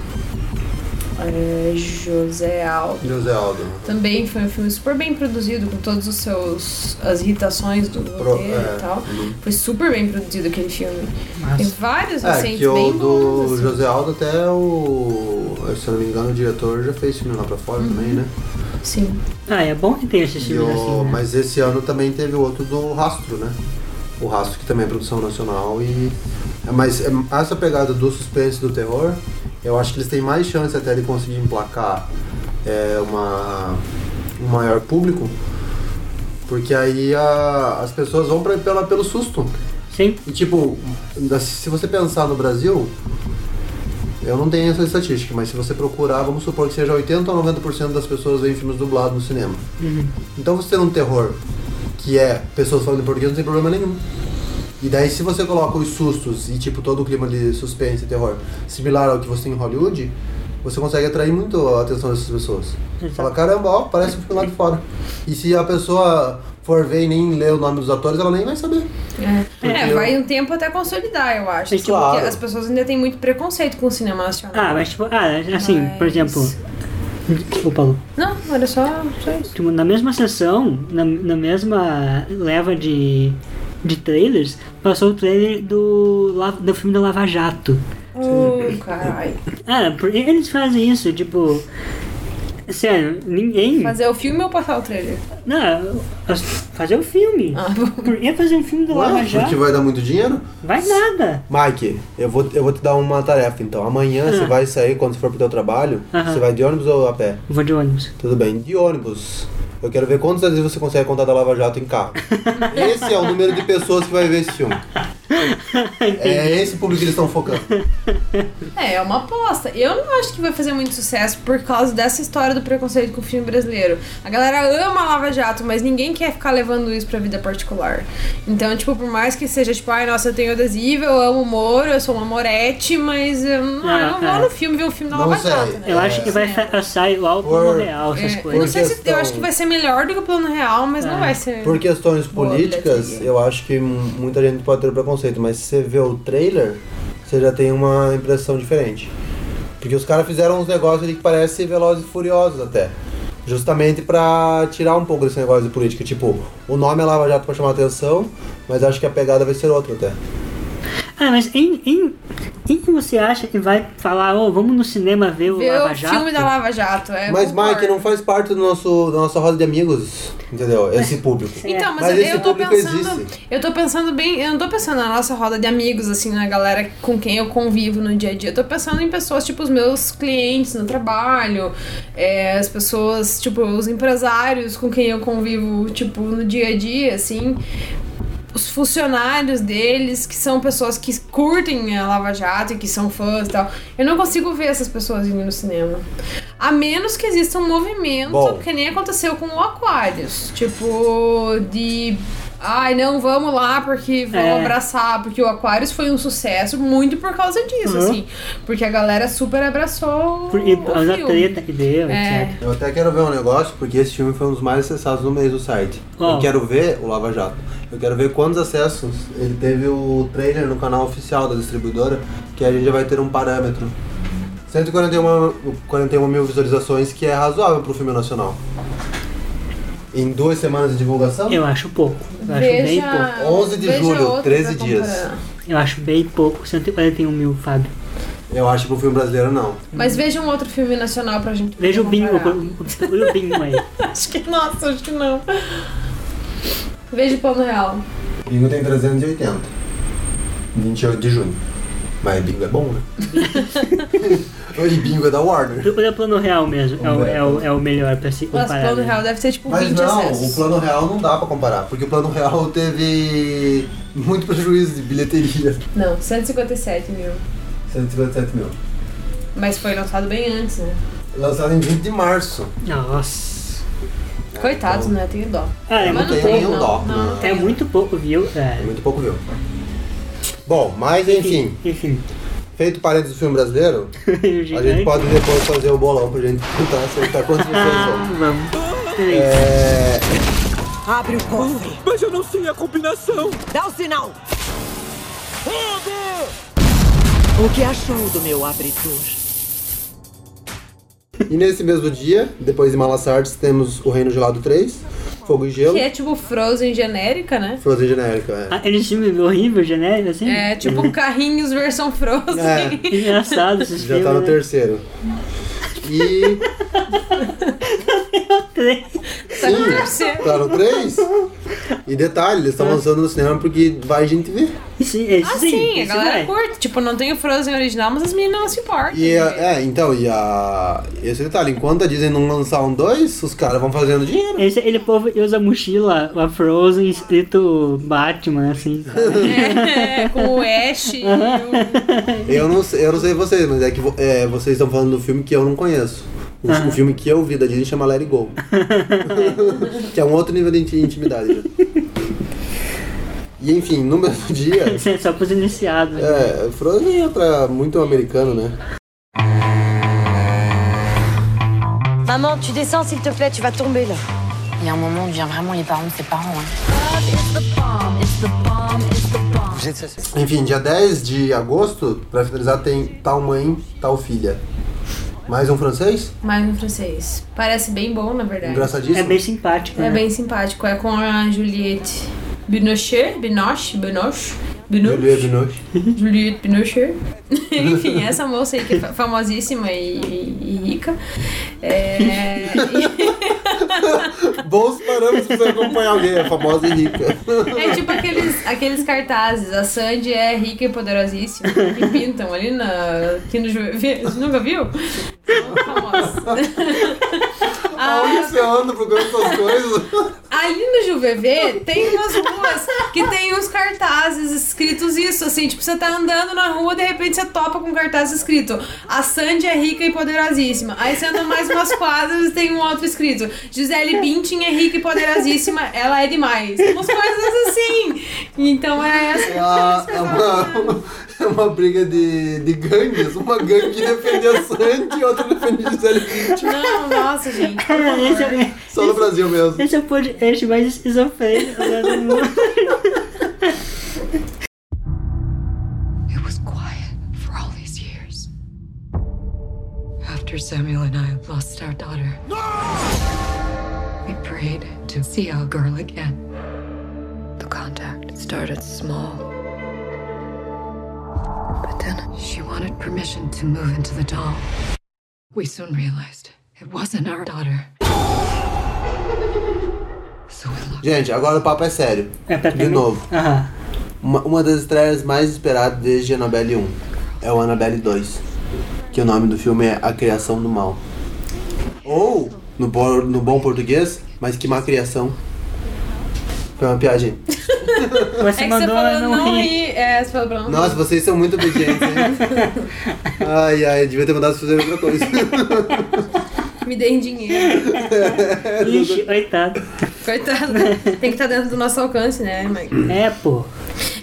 Speaker 3: é, José Aldo.
Speaker 1: José Aldo.
Speaker 3: Também foi um filme super bem produzido, com todos os seus. as irritações do
Speaker 1: Pro-
Speaker 3: roteiro
Speaker 1: é,
Speaker 3: e tal.
Speaker 1: uhum.
Speaker 3: Foi super bem produzido aquele filme.
Speaker 2: Massa.
Speaker 3: Tem vários
Speaker 1: É,
Speaker 3: recentes
Speaker 1: que o
Speaker 3: bem bons.
Speaker 2: assim?
Speaker 3: assim.
Speaker 1: do José Aldo até o. Se eu não me engano, o diretor já fez filme lá pra fora
Speaker 2: Uhum.
Speaker 1: também, né?
Speaker 3: Sim.
Speaker 2: Ah, é bom que tenha esses
Speaker 1: E
Speaker 2: filmes
Speaker 1: o-
Speaker 2: assim. Né?
Speaker 1: Mas esse ano também teve o outro do Rastro, né? O Rastro, que também é produção nacional e. é, Mas é, essa pegada do suspense e do terror, eu acho que eles têm mais chance até de conseguir emplacar é, uma, um maior público, porque aí a- as pessoas vão pra, pela, pelo susto.
Speaker 2: Sim.
Speaker 1: E tipo, da- se você pensar no Brasil, eu não tenho essa estatística, mas se você procurar, vamos supor que seja 80 ou 90% das pessoas veem filmes dublados no cinema.
Speaker 2: Uhum.
Speaker 1: Então você tem um terror que é pessoas falando em português, não tem problema nenhum. E daí se você coloca os sustos e tipo todo o clima de suspense e terror similar ao que você tem em Hollywood, você consegue atrair muito a atenção dessas pessoas. Exato. Fala, caramba, ó, parece um filme lá de fora. E se a pessoa for ver e nem ler o nome dos atores, ela nem vai saber.
Speaker 3: É, é vai um tempo até consolidar, eu acho. Assim, claro. Porque as pessoas ainda têm muito preconceito com o cinema nacional.
Speaker 2: Ah, mas tipo, ah, assim, mas... por exemplo. Desculpa, Paulo.
Speaker 3: Não, era só, só isso.
Speaker 2: Tipo, na mesma sessão, na, na mesma leva de, de trailers, passou o trailer do, do filme do Lava Jato.
Speaker 3: Oh, caralho.
Speaker 2: Ah, eles fazem isso, tipo. Sério, ninguém.
Speaker 3: Fazer o filme ou passar o trailer?
Speaker 2: Não, fazer o filme. Ah. Por que fazer um filme do Ué, Lava Jato?
Speaker 1: Porque vai dar muito dinheiro?
Speaker 2: Vai nada.
Speaker 1: Mike, eu vou, eu vou te dar uma tarefa então. Amanhã ah. você vai sair quando você for pro teu trabalho. Ah. Você vai de ônibus ou a pé?
Speaker 2: Vou de ônibus.
Speaker 1: Tudo bem, de ônibus. Eu quero ver quantas vezes você consegue contar da Lava Jato em carro. esse é o número de pessoas que vai ver esse filme. é esse público que eles estão focando.
Speaker 3: É, é uma aposta. Eu não acho que vai fazer muito sucesso por causa dessa história do preconceito com o filme brasileiro. A galera ama Lava Jato, mas ninguém quer ficar levando isso pra vida particular. Então, tipo, por mais que seja, tipo, ai, nossa, eu tenho adesivo, eu amo o Moro, eu sou uma morete, mas eu não, ah, eu não vou é. no filme ver o filme da Lava sei, Jato. Né?
Speaker 2: Eu acho que vai é. sair lá o plano real, essas é. coisas. É.
Speaker 3: Não sei se, eu acho que vai ser melhor do que o plano real, mas não vai ser.
Speaker 1: Por questões políticas, eu acho que muita gente pode ter preconceito mas se você vê o trailer, você já tem uma impressão diferente. Porque os caras fizeram uns negócios ali que parecem velozes e furiosos até. Justamente pra tirar um pouco desse negócio de política. Tipo, o nome é Lava Jato pra chamar atenção, mas acho que a pegada vai ser outra até.
Speaker 2: Ah, mas em, em, em que você acha que vai falar, ô, oh, vamos no cinema ver o Vê Lava Jato?
Speaker 3: o filme da Lava Jato, é.
Speaker 1: Mas, Mike, não faz parte do nosso, da nossa roda de amigos, entendeu? Esse público.
Speaker 3: É. Então, mas, mas eu, esse eu tô pensando. Existe. Eu tô pensando bem. Eu não tô pensando na nossa roda de amigos, assim, na galera com quem eu convivo no dia a dia. Eu tô pensando em pessoas, tipo, os meus clientes no trabalho, é, as pessoas, tipo, os empresários com quem eu convivo, tipo, no dia a dia, assim os funcionários deles, que são pessoas que curtem a Lava Jato e que são fãs e tal. Eu não consigo ver essas pessoas indo no cinema. A menos que exista um movimento, Bom. que nem aconteceu com o Aquarius. Tipo, de. Ai, não, vamos lá, porque vamos é. abraçar. Porque o Aquarius foi um sucesso muito por causa disso, uhum. assim. Porque a galera super abraçou.
Speaker 2: Por causa da treta que deu, é.
Speaker 1: Eu até quero ver um negócio, porque esse filme foi um dos mais acessados no mês do site. Qual? Eu quero ver o Lava Jato. Eu quero ver quantos acessos ele teve o trailer no canal oficial da distribuidora, que a gente já vai ter um parâmetro. 141 41 mil visualizações, que é razoável para o filme nacional. Em duas semanas de divulgação?
Speaker 2: Eu acho pouco. Eu acho veja, bem pouco.
Speaker 1: 11 de julho, 13 dias.
Speaker 2: Eu acho bem pouco, 141 mil, Fábio.
Speaker 1: Eu acho que pro filme brasileiro não.
Speaker 3: Mas veja um outro filme nacional pra gente.
Speaker 2: Veja o Bingo, o Bingo aí.
Speaker 3: acho que, nossa, acho que não. Veja o plano real.
Speaker 1: Bingo tem 380. 28 de junho. Mas bingo é bom, né? (laughs) e bingo é da Warner.
Speaker 2: Procura plano real mesmo. É o, é o, é o melhor pra se comparar. né? Mas
Speaker 3: o plano real deve ser tipo
Speaker 1: Mas
Speaker 3: 20
Speaker 1: não,
Speaker 3: acessos.
Speaker 1: o plano real não dá pra comparar. Porque o plano real teve muito prejuízo de bilheteria.
Speaker 3: Não, 157 mil.
Speaker 1: 157 mil.
Speaker 3: Mas foi lançado bem antes, né?
Speaker 1: Lançado em 20 de março.
Speaker 2: Nossa.
Speaker 3: Coitados, então, né? Tem dó.
Speaker 2: Ah, é, muito
Speaker 1: pouco, não, dó.
Speaker 2: Não, não, é muito pouco, viu?
Speaker 1: É. é. muito pouco, viu? Bom, mas enfim.
Speaker 2: Enfim.
Speaker 1: Feito parênteses do filme brasileiro, a gente pode depois fazer o um bolão pra gente tentar acertar quantas pessoas são.
Speaker 2: Vamos.
Speaker 1: É...
Speaker 10: Abre o cofre.
Speaker 13: Mas eu não sei a combinação.
Speaker 10: Dá o sinal. Fogo! O que achou do meu abridor?
Speaker 1: E nesse mesmo dia, depois de Malas Artes, temos o Reino Gelado 3, Fogo e Gelo.
Speaker 3: Que é tipo Frozen genérica, né?
Speaker 1: Frozen genérica, é.
Speaker 2: Ah, eles filme horrível, genérico, assim?
Speaker 3: É, tipo é. carrinhos versão Frozen. É.
Speaker 2: Engraçado esses
Speaker 1: Já tá no
Speaker 2: né?
Speaker 1: terceiro. E.
Speaker 3: (laughs)
Speaker 2: né?
Speaker 3: tá no terceiro.
Speaker 1: Tá no 3? E detalhe, eles estão lançando no cinema porque vai gente ver.
Speaker 2: Sim, (laughs) esse,
Speaker 3: ah,
Speaker 2: sim,
Speaker 3: sim a galera
Speaker 2: vai.
Speaker 3: curte. Tipo, não tem o Frozen original, mas as meninas não se importam. né?
Speaker 1: E é, é, então, e a. Esse detalhe, enquanto a Disney não lançar um 2, os caras vão fazendo dinheiro.
Speaker 2: Esse, ele povo usa mochila, a Frozen escrito Batman,
Speaker 1: (laughs)
Speaker 2: assim.
Speaker 3: é, com o Ash.
Speaker 1: o... Eu, não, eu não sei vocês, mas é que é, vocês estão falando do filme que eu não conheço. Um, uhum. filme que eu vi da Disney chama Let It Go. que é um outro nível de intimidade. E enfim, no mesmo dia.
Speaker 2: Isso é só pros iniciados.
Speaker 1: É, Frozen é pra muito americano, né?
Speaker 16: Maman, tu descends s'il te plaît, tu vas tomber là.
Speaker 17: Il y a un moment où devient vraiment les parents de ses parents.
Speaker 1: Hein. Enfim, dia 10 de agosto, pra finalizar, tem Tal Mãe, Tal Filha. Mais um francês?
Speaker 3: Mais um francês. Parece bem bom, na verdade.
Speaker 1: Engraçadíssimo.
Speaker 2: É bem simpático.
Speaker 3: É bem simpático. É com a Juliette Binoche, Binoche, Binoche. Binoche.
Speaker 1: Juliette Binoche.
Speaker 3: Juliette Binoche. Enfim, essa moça aí que é famosíssima e, e rica. É...
Speaker 1: né? Bons parâmetros pra acompanhar alguém, é famosa e rica.
Speaker 3: É tipo aqueles, aqueles cartazes, a Sandy é rica e poderosíssima, que pintam ali na. Aqui no Juventus. Nunca viu?
Speaker 2: Ah.
Speaker 1: Aonde você anda Tá procurando essas coisas?
Speaker 3: Ali no Juvevê tem umas ruas que tem uns cartazes escritos isso, assim, tipo, você tá andando na rua, de repente você topa com um cartaz escrito A Sandy é rica e poderosíssima. Aí você anda mais umas quadras e tem um outro escrito Gisele Bündchen é rica e poderosíssima, ela é demais. Umas coisas assim. Então é essa.
Speaker 1: É, a, é, uma, é uma briga de, de gangues. Uma gangue defende a Sandy e outra defende a Gisele Bündchen.
Speaker 3: tipo, Não, nossa, gente.
Speaker 2: Cara, (laughs) esse é,
Speaker 1: Só no Brasil mesmo.
Speaker 2: (laughs) esse é o podcast mais esquizofrênico do mundo.
Speaker 18: It was quiet for all these years. After Samuel and I lost our daughter, no! we prayed to see our girl again. The contact started small. But then she wanted permission to move into the doll. We soon realized it wasn't our daughter. So we looked.
Speaker 1: Gente, agora o papo é sério.
Speaker 2: É pra
Speaker 1: De novo.
Speaker 2: Aham.
Speaker 1: Uma, uma das estreias mais esperadas desde Annabelle 1 é o Annabelle 2, que o nome do filme é A Criação do Mal. Ou, no, bo- no bom português, mas que má criação. Foi uma piagem.
Speaker 2: Você
Speaker 3: É que você
Speaker 2: mandou
Speaker 3: falou
Speaker 2: ela
Speaker 3: não,
Speaker 2: não rir.
Speaker 3: rir. É, você falou pra não
Speaker 1: Nossa, vocês são muito obedientes,
Speaker 2: (laughs)
Speaker 1: hein? Ai, ai, devia ter mandado fazer outra coisa.
Speaker 2: (laughs)
Speaker 3: Me deem dinheiro.
Speaker 2: Ixi, coitado.
Speaker 3: Coitado. Tem que estar dentro do nosso alcance, né, mãe?
Speaker 2: É, pô.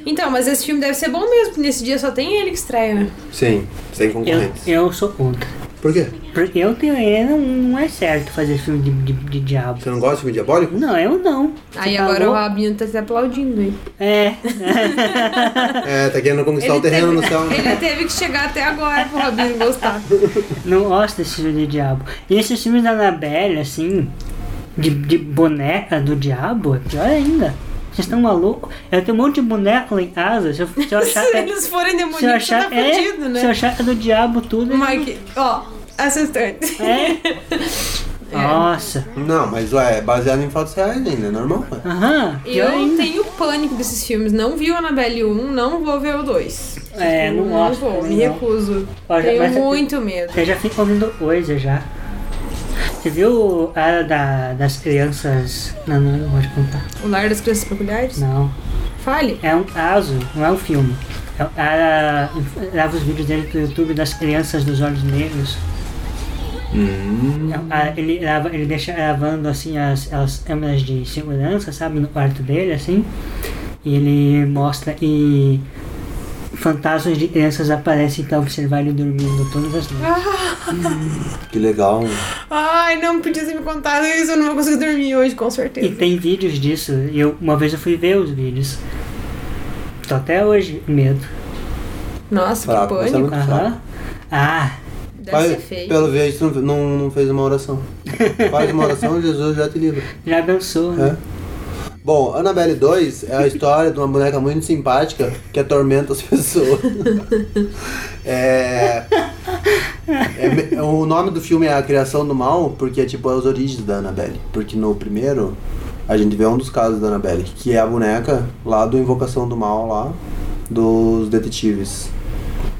Speaker 3: Então, mas esse filme deve ser bom mesmo, porque nesse dia só tem ele que estreia, né?
Speaker 1: Sim, sem
Speaker 2: Eu,
Speaker 1: concorrentes.
Speaker 2: eu sou contra.
Speaker 1: Por quê?
Speaker 2: Porque eu tenho. é, Não, não é certo fazer filme de, de, de diabo.
Speaker 1: Você não gosta de filme diabólico?
Speaker 2: Não, eu não. Você
Speaker 3: Aí agora o
Speaker 2: falou?
Speaker 3: Rabinho tá se aplaudindo, hein?
Speaker 2: É. (laughs)
Speaker 1: É, tá querendo conquistar o terreno no céu. né?
Speaker 3: Ele teve que chegar até agora pro
Speaker 2: (laughs)
Speaker 3: Rabinho gostar.
Speaker 2: Não gosto desse filme de diabo. E esses filmes da Anabelle, assim, de, de boneca do diabo, é pior ainda. Vocês estão malucos? Eu tenho um monte de boneca lá em casa. Se eu, se eu
Speaker 3: (laughs)
Speaker 2: achar.
Speaker 3: Se eles forem
Speaker 2: se eu
Speaker 3: demoníacos, você
Speaker 2: achar,
Speaker 3: tá
Speaker 2: é,
Speaker 3: fudido, né?
Speaker 2: se eu achar que é do diabo tudo. eu-
Speaker 3: Mike, ó, assistente. (laughs)
Speaker 2: É?
Speaker 3: É.
Speaker 2: Nossa.
Speaker 1: Não, mas ué, é baseado em fatos reais ainda, é normal. ué.
Speaker 2: Aham. pior
Speaker 3: Eu
Speaker 2: ainda.
Speaker 3: tenho pânico desses filmes. Não vi o Annabelle 1, não vou ver o 2.
Speaker 2: É, não
Speaker 3: Não
Speaker 2: gosto.
Speaker 3: vou, me
Speaker 2: não.
Speaker 3: recuso.
Speaker 2: Olha,
Speaker 3: Tenho
Speaker 2: mas você-
Speaker 3: muito medo.
Speaker 2: Eu já fico ouvindo coisa já. Você viu a da, das crianças. Não, não, não vou te contar.
Speaker 3: O Lar das Crianças Peculiares?
Speaker 2: Não.
Speaker 3: Fale.
Speaker 2: É um caso, não é um filme. É, o cara grava os vídeos dele pro YouTube das crianças dos olhos negros. É um cara- ele, grava- ele deixa gravando assim as, as câmeras de segurança, sabe, no quarto dele, assim. E ele mostra e fantasmas de crianças aparecem pra observar ele dormindo todas as noites.
Speaker 1: Que legal. um
Speaker 3: Ai, não podia ter me contado isso, eu não vou conseguir dormir hoje, com
Speaker 2: E
Speaker 3: certeza.
Speaker 2: tem vídeos disso. E eu, uma vez eu fui ver os vídeos. Tô até hoje com medo.
Speaker 3: Nossa, que
Speaker 1: Fraco, você é
Speaker 3: pânico.
Speaker 1: muito fraco.
Speaker 2: Aham. Ah,
Speaker 3: Deve
Speaker 1: Pai,
Speaker 3: ser feio.
Speaker 1: pelo visto, não, não, não fez uma oração. Faz uma oração, Jesus já te livra.
Speaker 2: já dançou, né?
Speaker 1: É. Bom, Annabelle 2 é a história de uma boneca muito simpática que atormenta as (laughs) pessoas. É, é me- o nome do filme é A Criação do Mal, porque é tipo as origens da Annabelle. Porque no primeiro a gente vê um dos casos da Annabelle, que é a boneca lá do Invocação do Mal, lá dos detetives.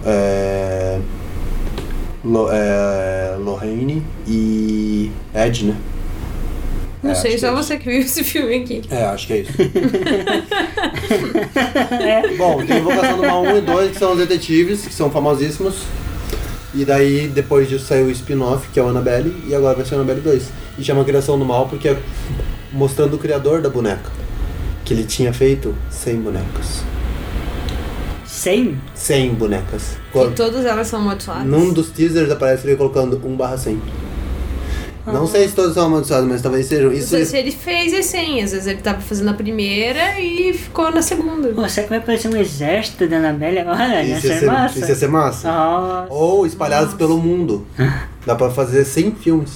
Speaker 1: É, Lo- é, Lorraine e Ed, né?
Speaker 3: Não
Speaker 1: É,
Speaker 3: sei,
Speaker 1: acho
Speaker 3: só
Speaker 1: que é
Speaker 3: você que viu esse (laughs) filme aqui.
Speaker 1: é, acho que é isso. Bom, tem Invocação do Mal 1 e 2, que são os detetives, que são famosíssimos. E daí, depois disso, saiu o spin-off, que é o Annabelle, e agora vai ser o Annabelle 2. E chama Criação do Mal porque é mostrando o criador da boneca. Que ele tinha feito 100 bonecas.
Speaker 2: Sem?
Speaker 1: 100 bonecas.
Speaker 3: E todas elas são amaldiçoadas.
Speaker 1: Num dos teasers aparece ele colocando 1 barra 100. Não sei se todos são amaldiçoados, mas talvez sejam. Isso,
Speaker 3: Não sei se ele fez as senhas. Às vezes ele tava fazendo a primeira e ficou na segunda.
Speaker 2: Pô, será que vai aparecer um exército da Anabelle agora? Ia
Speaker 1: isso, ia
Speaker 2: ser
Speaker 1: ser,
Speaker 2: é massa.
Speaker 1: isso ia ser massa.
Speaker 2: Nossa.
Speaker 1: Ou espalhados pelo mundo. Dá pra fazer 100 filmes.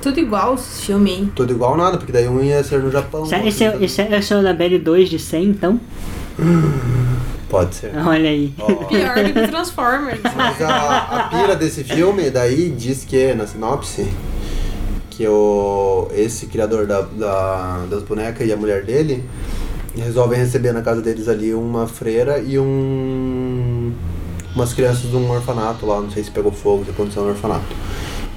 Speaker 3: Tudo igual os filmes, hein?
Speaker 1: Tudo igual nada, porque daí um ia ser no Japão.
Speaker 2: Será que
Speaker 1: outro
Speaker 2: esse é,
Speaker 1: no-
Speaker 2: esse é, esse é o Anabelle 2 de 100, então? (laughs) é-
Speaker 1: Pode ser.
Speaker 2: Olha aí.
Speaker 3: (laughs) Pior que do Transformers.
Speaker 1: Mas a, a pira desse filme, daí diz que, na sinopse, que o, esse criador da, da- das bonecas e a mulher dele resolvem receber na casa deles ali uma freira e um. umas crianças de um orfanato lá, não sei se pegou fogo, se aconteceu no orfanato.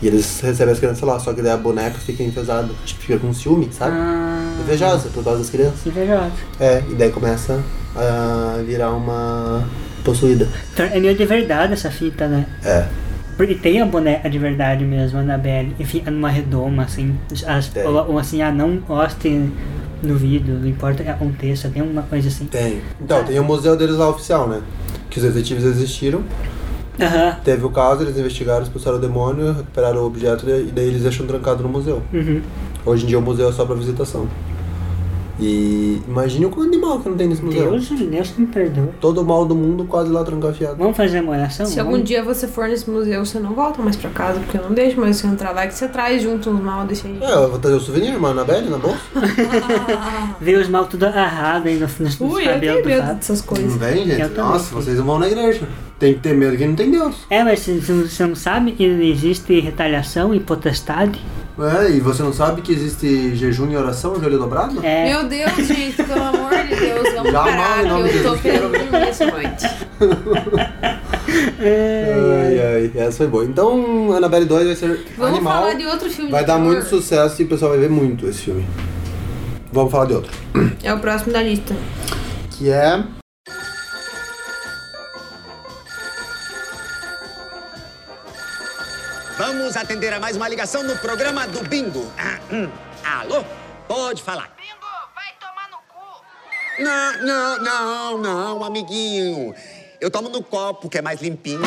Speaker 1: E eles recebem as crianças lá, só que daí a boneca fica enfesada, tipo, fica com ciúme, sabe?
Speaker 2: Ah.
Speaker 1: Invejosa por causa das crianças.
Speaker 2: Invejosa.
Speaker 1: É, e daí começa a virar uma possuída.
Speaker 2: Então, É meio de verdade essa fita, né?
Speaker 1: É.
Speaker 2: Porque tem a boneca de verdade mesmo, a Anabelle, e fica numa redoma, assim. As, ou, ou assim, ah, não poste no vídeo, não importa que aconteça, tem uma coisa assim.
Speaker 1: Tem. Então, tem o museu deles lá oficial, né? Que os detetives existiram.
Speaker 2: Aham.
Speaker 1: Teve o caso, eles investigaram, expulsaram o demônio, recuperaram o objeto e daí eles deixam trancado no museu.
Speaker 2: Uhum.
Speaker 1: Hoje em dia o museu é só pra visitação. E imagine o animal que não tem nesse museu.
Speaker 2: Deus, Deus me perdoa.
Speaker 1: Todo o mal do mundo quase lá trancafiado.
Speaker 2: Vamos fazer uma oração?
Speaker 3: Se algum dia você for nesse museu, você não volta mais pra casa, porque eu não deixo mais você entrar lá, é que você traz junto uns mal desse aí.
Speaker 1: É, eu vou trazer o souvenir, mano, na Belle, na bolsa.
Speaker 2: Vê os mal tudo arrado aí no, nos
Speaker 3: Ui, eu
Speaker 2: cabelos
Speaker 3: tenho
Speaker 2: do
Speaker 3: medo
Speaker 2: Fábio.
Speaker 3: dessas coisas.
Speaker 1: Não vem, gente?
Speaker 2: Eu também.
Speaker 1: Nossa, vocês vão na igreja. Tem que ter medo que não tem Deus.
Speaker 2: É, mas você você não- você não sabe que existe retaliação e potestade?
Speaker 1: É, e você não sabe que existe jejum e oração, joelho dobrado?
Speaker 2: É.
Speaker 3: Meu Deus, gente, pelo amor de Deus, vamos
Speaker 1: Já
Speaker 3: parar,
Speaker 1: amava o nome
Speaker 3: que eu tô
Speaker 1: Jesus, quero
Speaker 3: querendo dormir essa noite.
Speaker 1: Ai, ai, essa foi boa. Então, Annabelle 2 vai ser
Speaker 3: Vamos
Speaker 1: animal.
Speaker 3: falar de outro filme
Speaker 1: Vai
Speaker 3: de
Speaker 1: dar
Speaker 3: terror.
Speaker 1: muito sucesso e o pessoal vai ver muito esse filme. Vamos falar de outro.
Speaker 3: É o próximo da lista.
Speaker 1: Que é.
Speaker 19: Vamos atender a mais uma ligação no programa do Bingo. Ah, hum. Alô? Pode falar. Bingo, vai tomar no cu. Não, não, não, não, amiguinho. Eu tomo no copo, que é mais limpinho.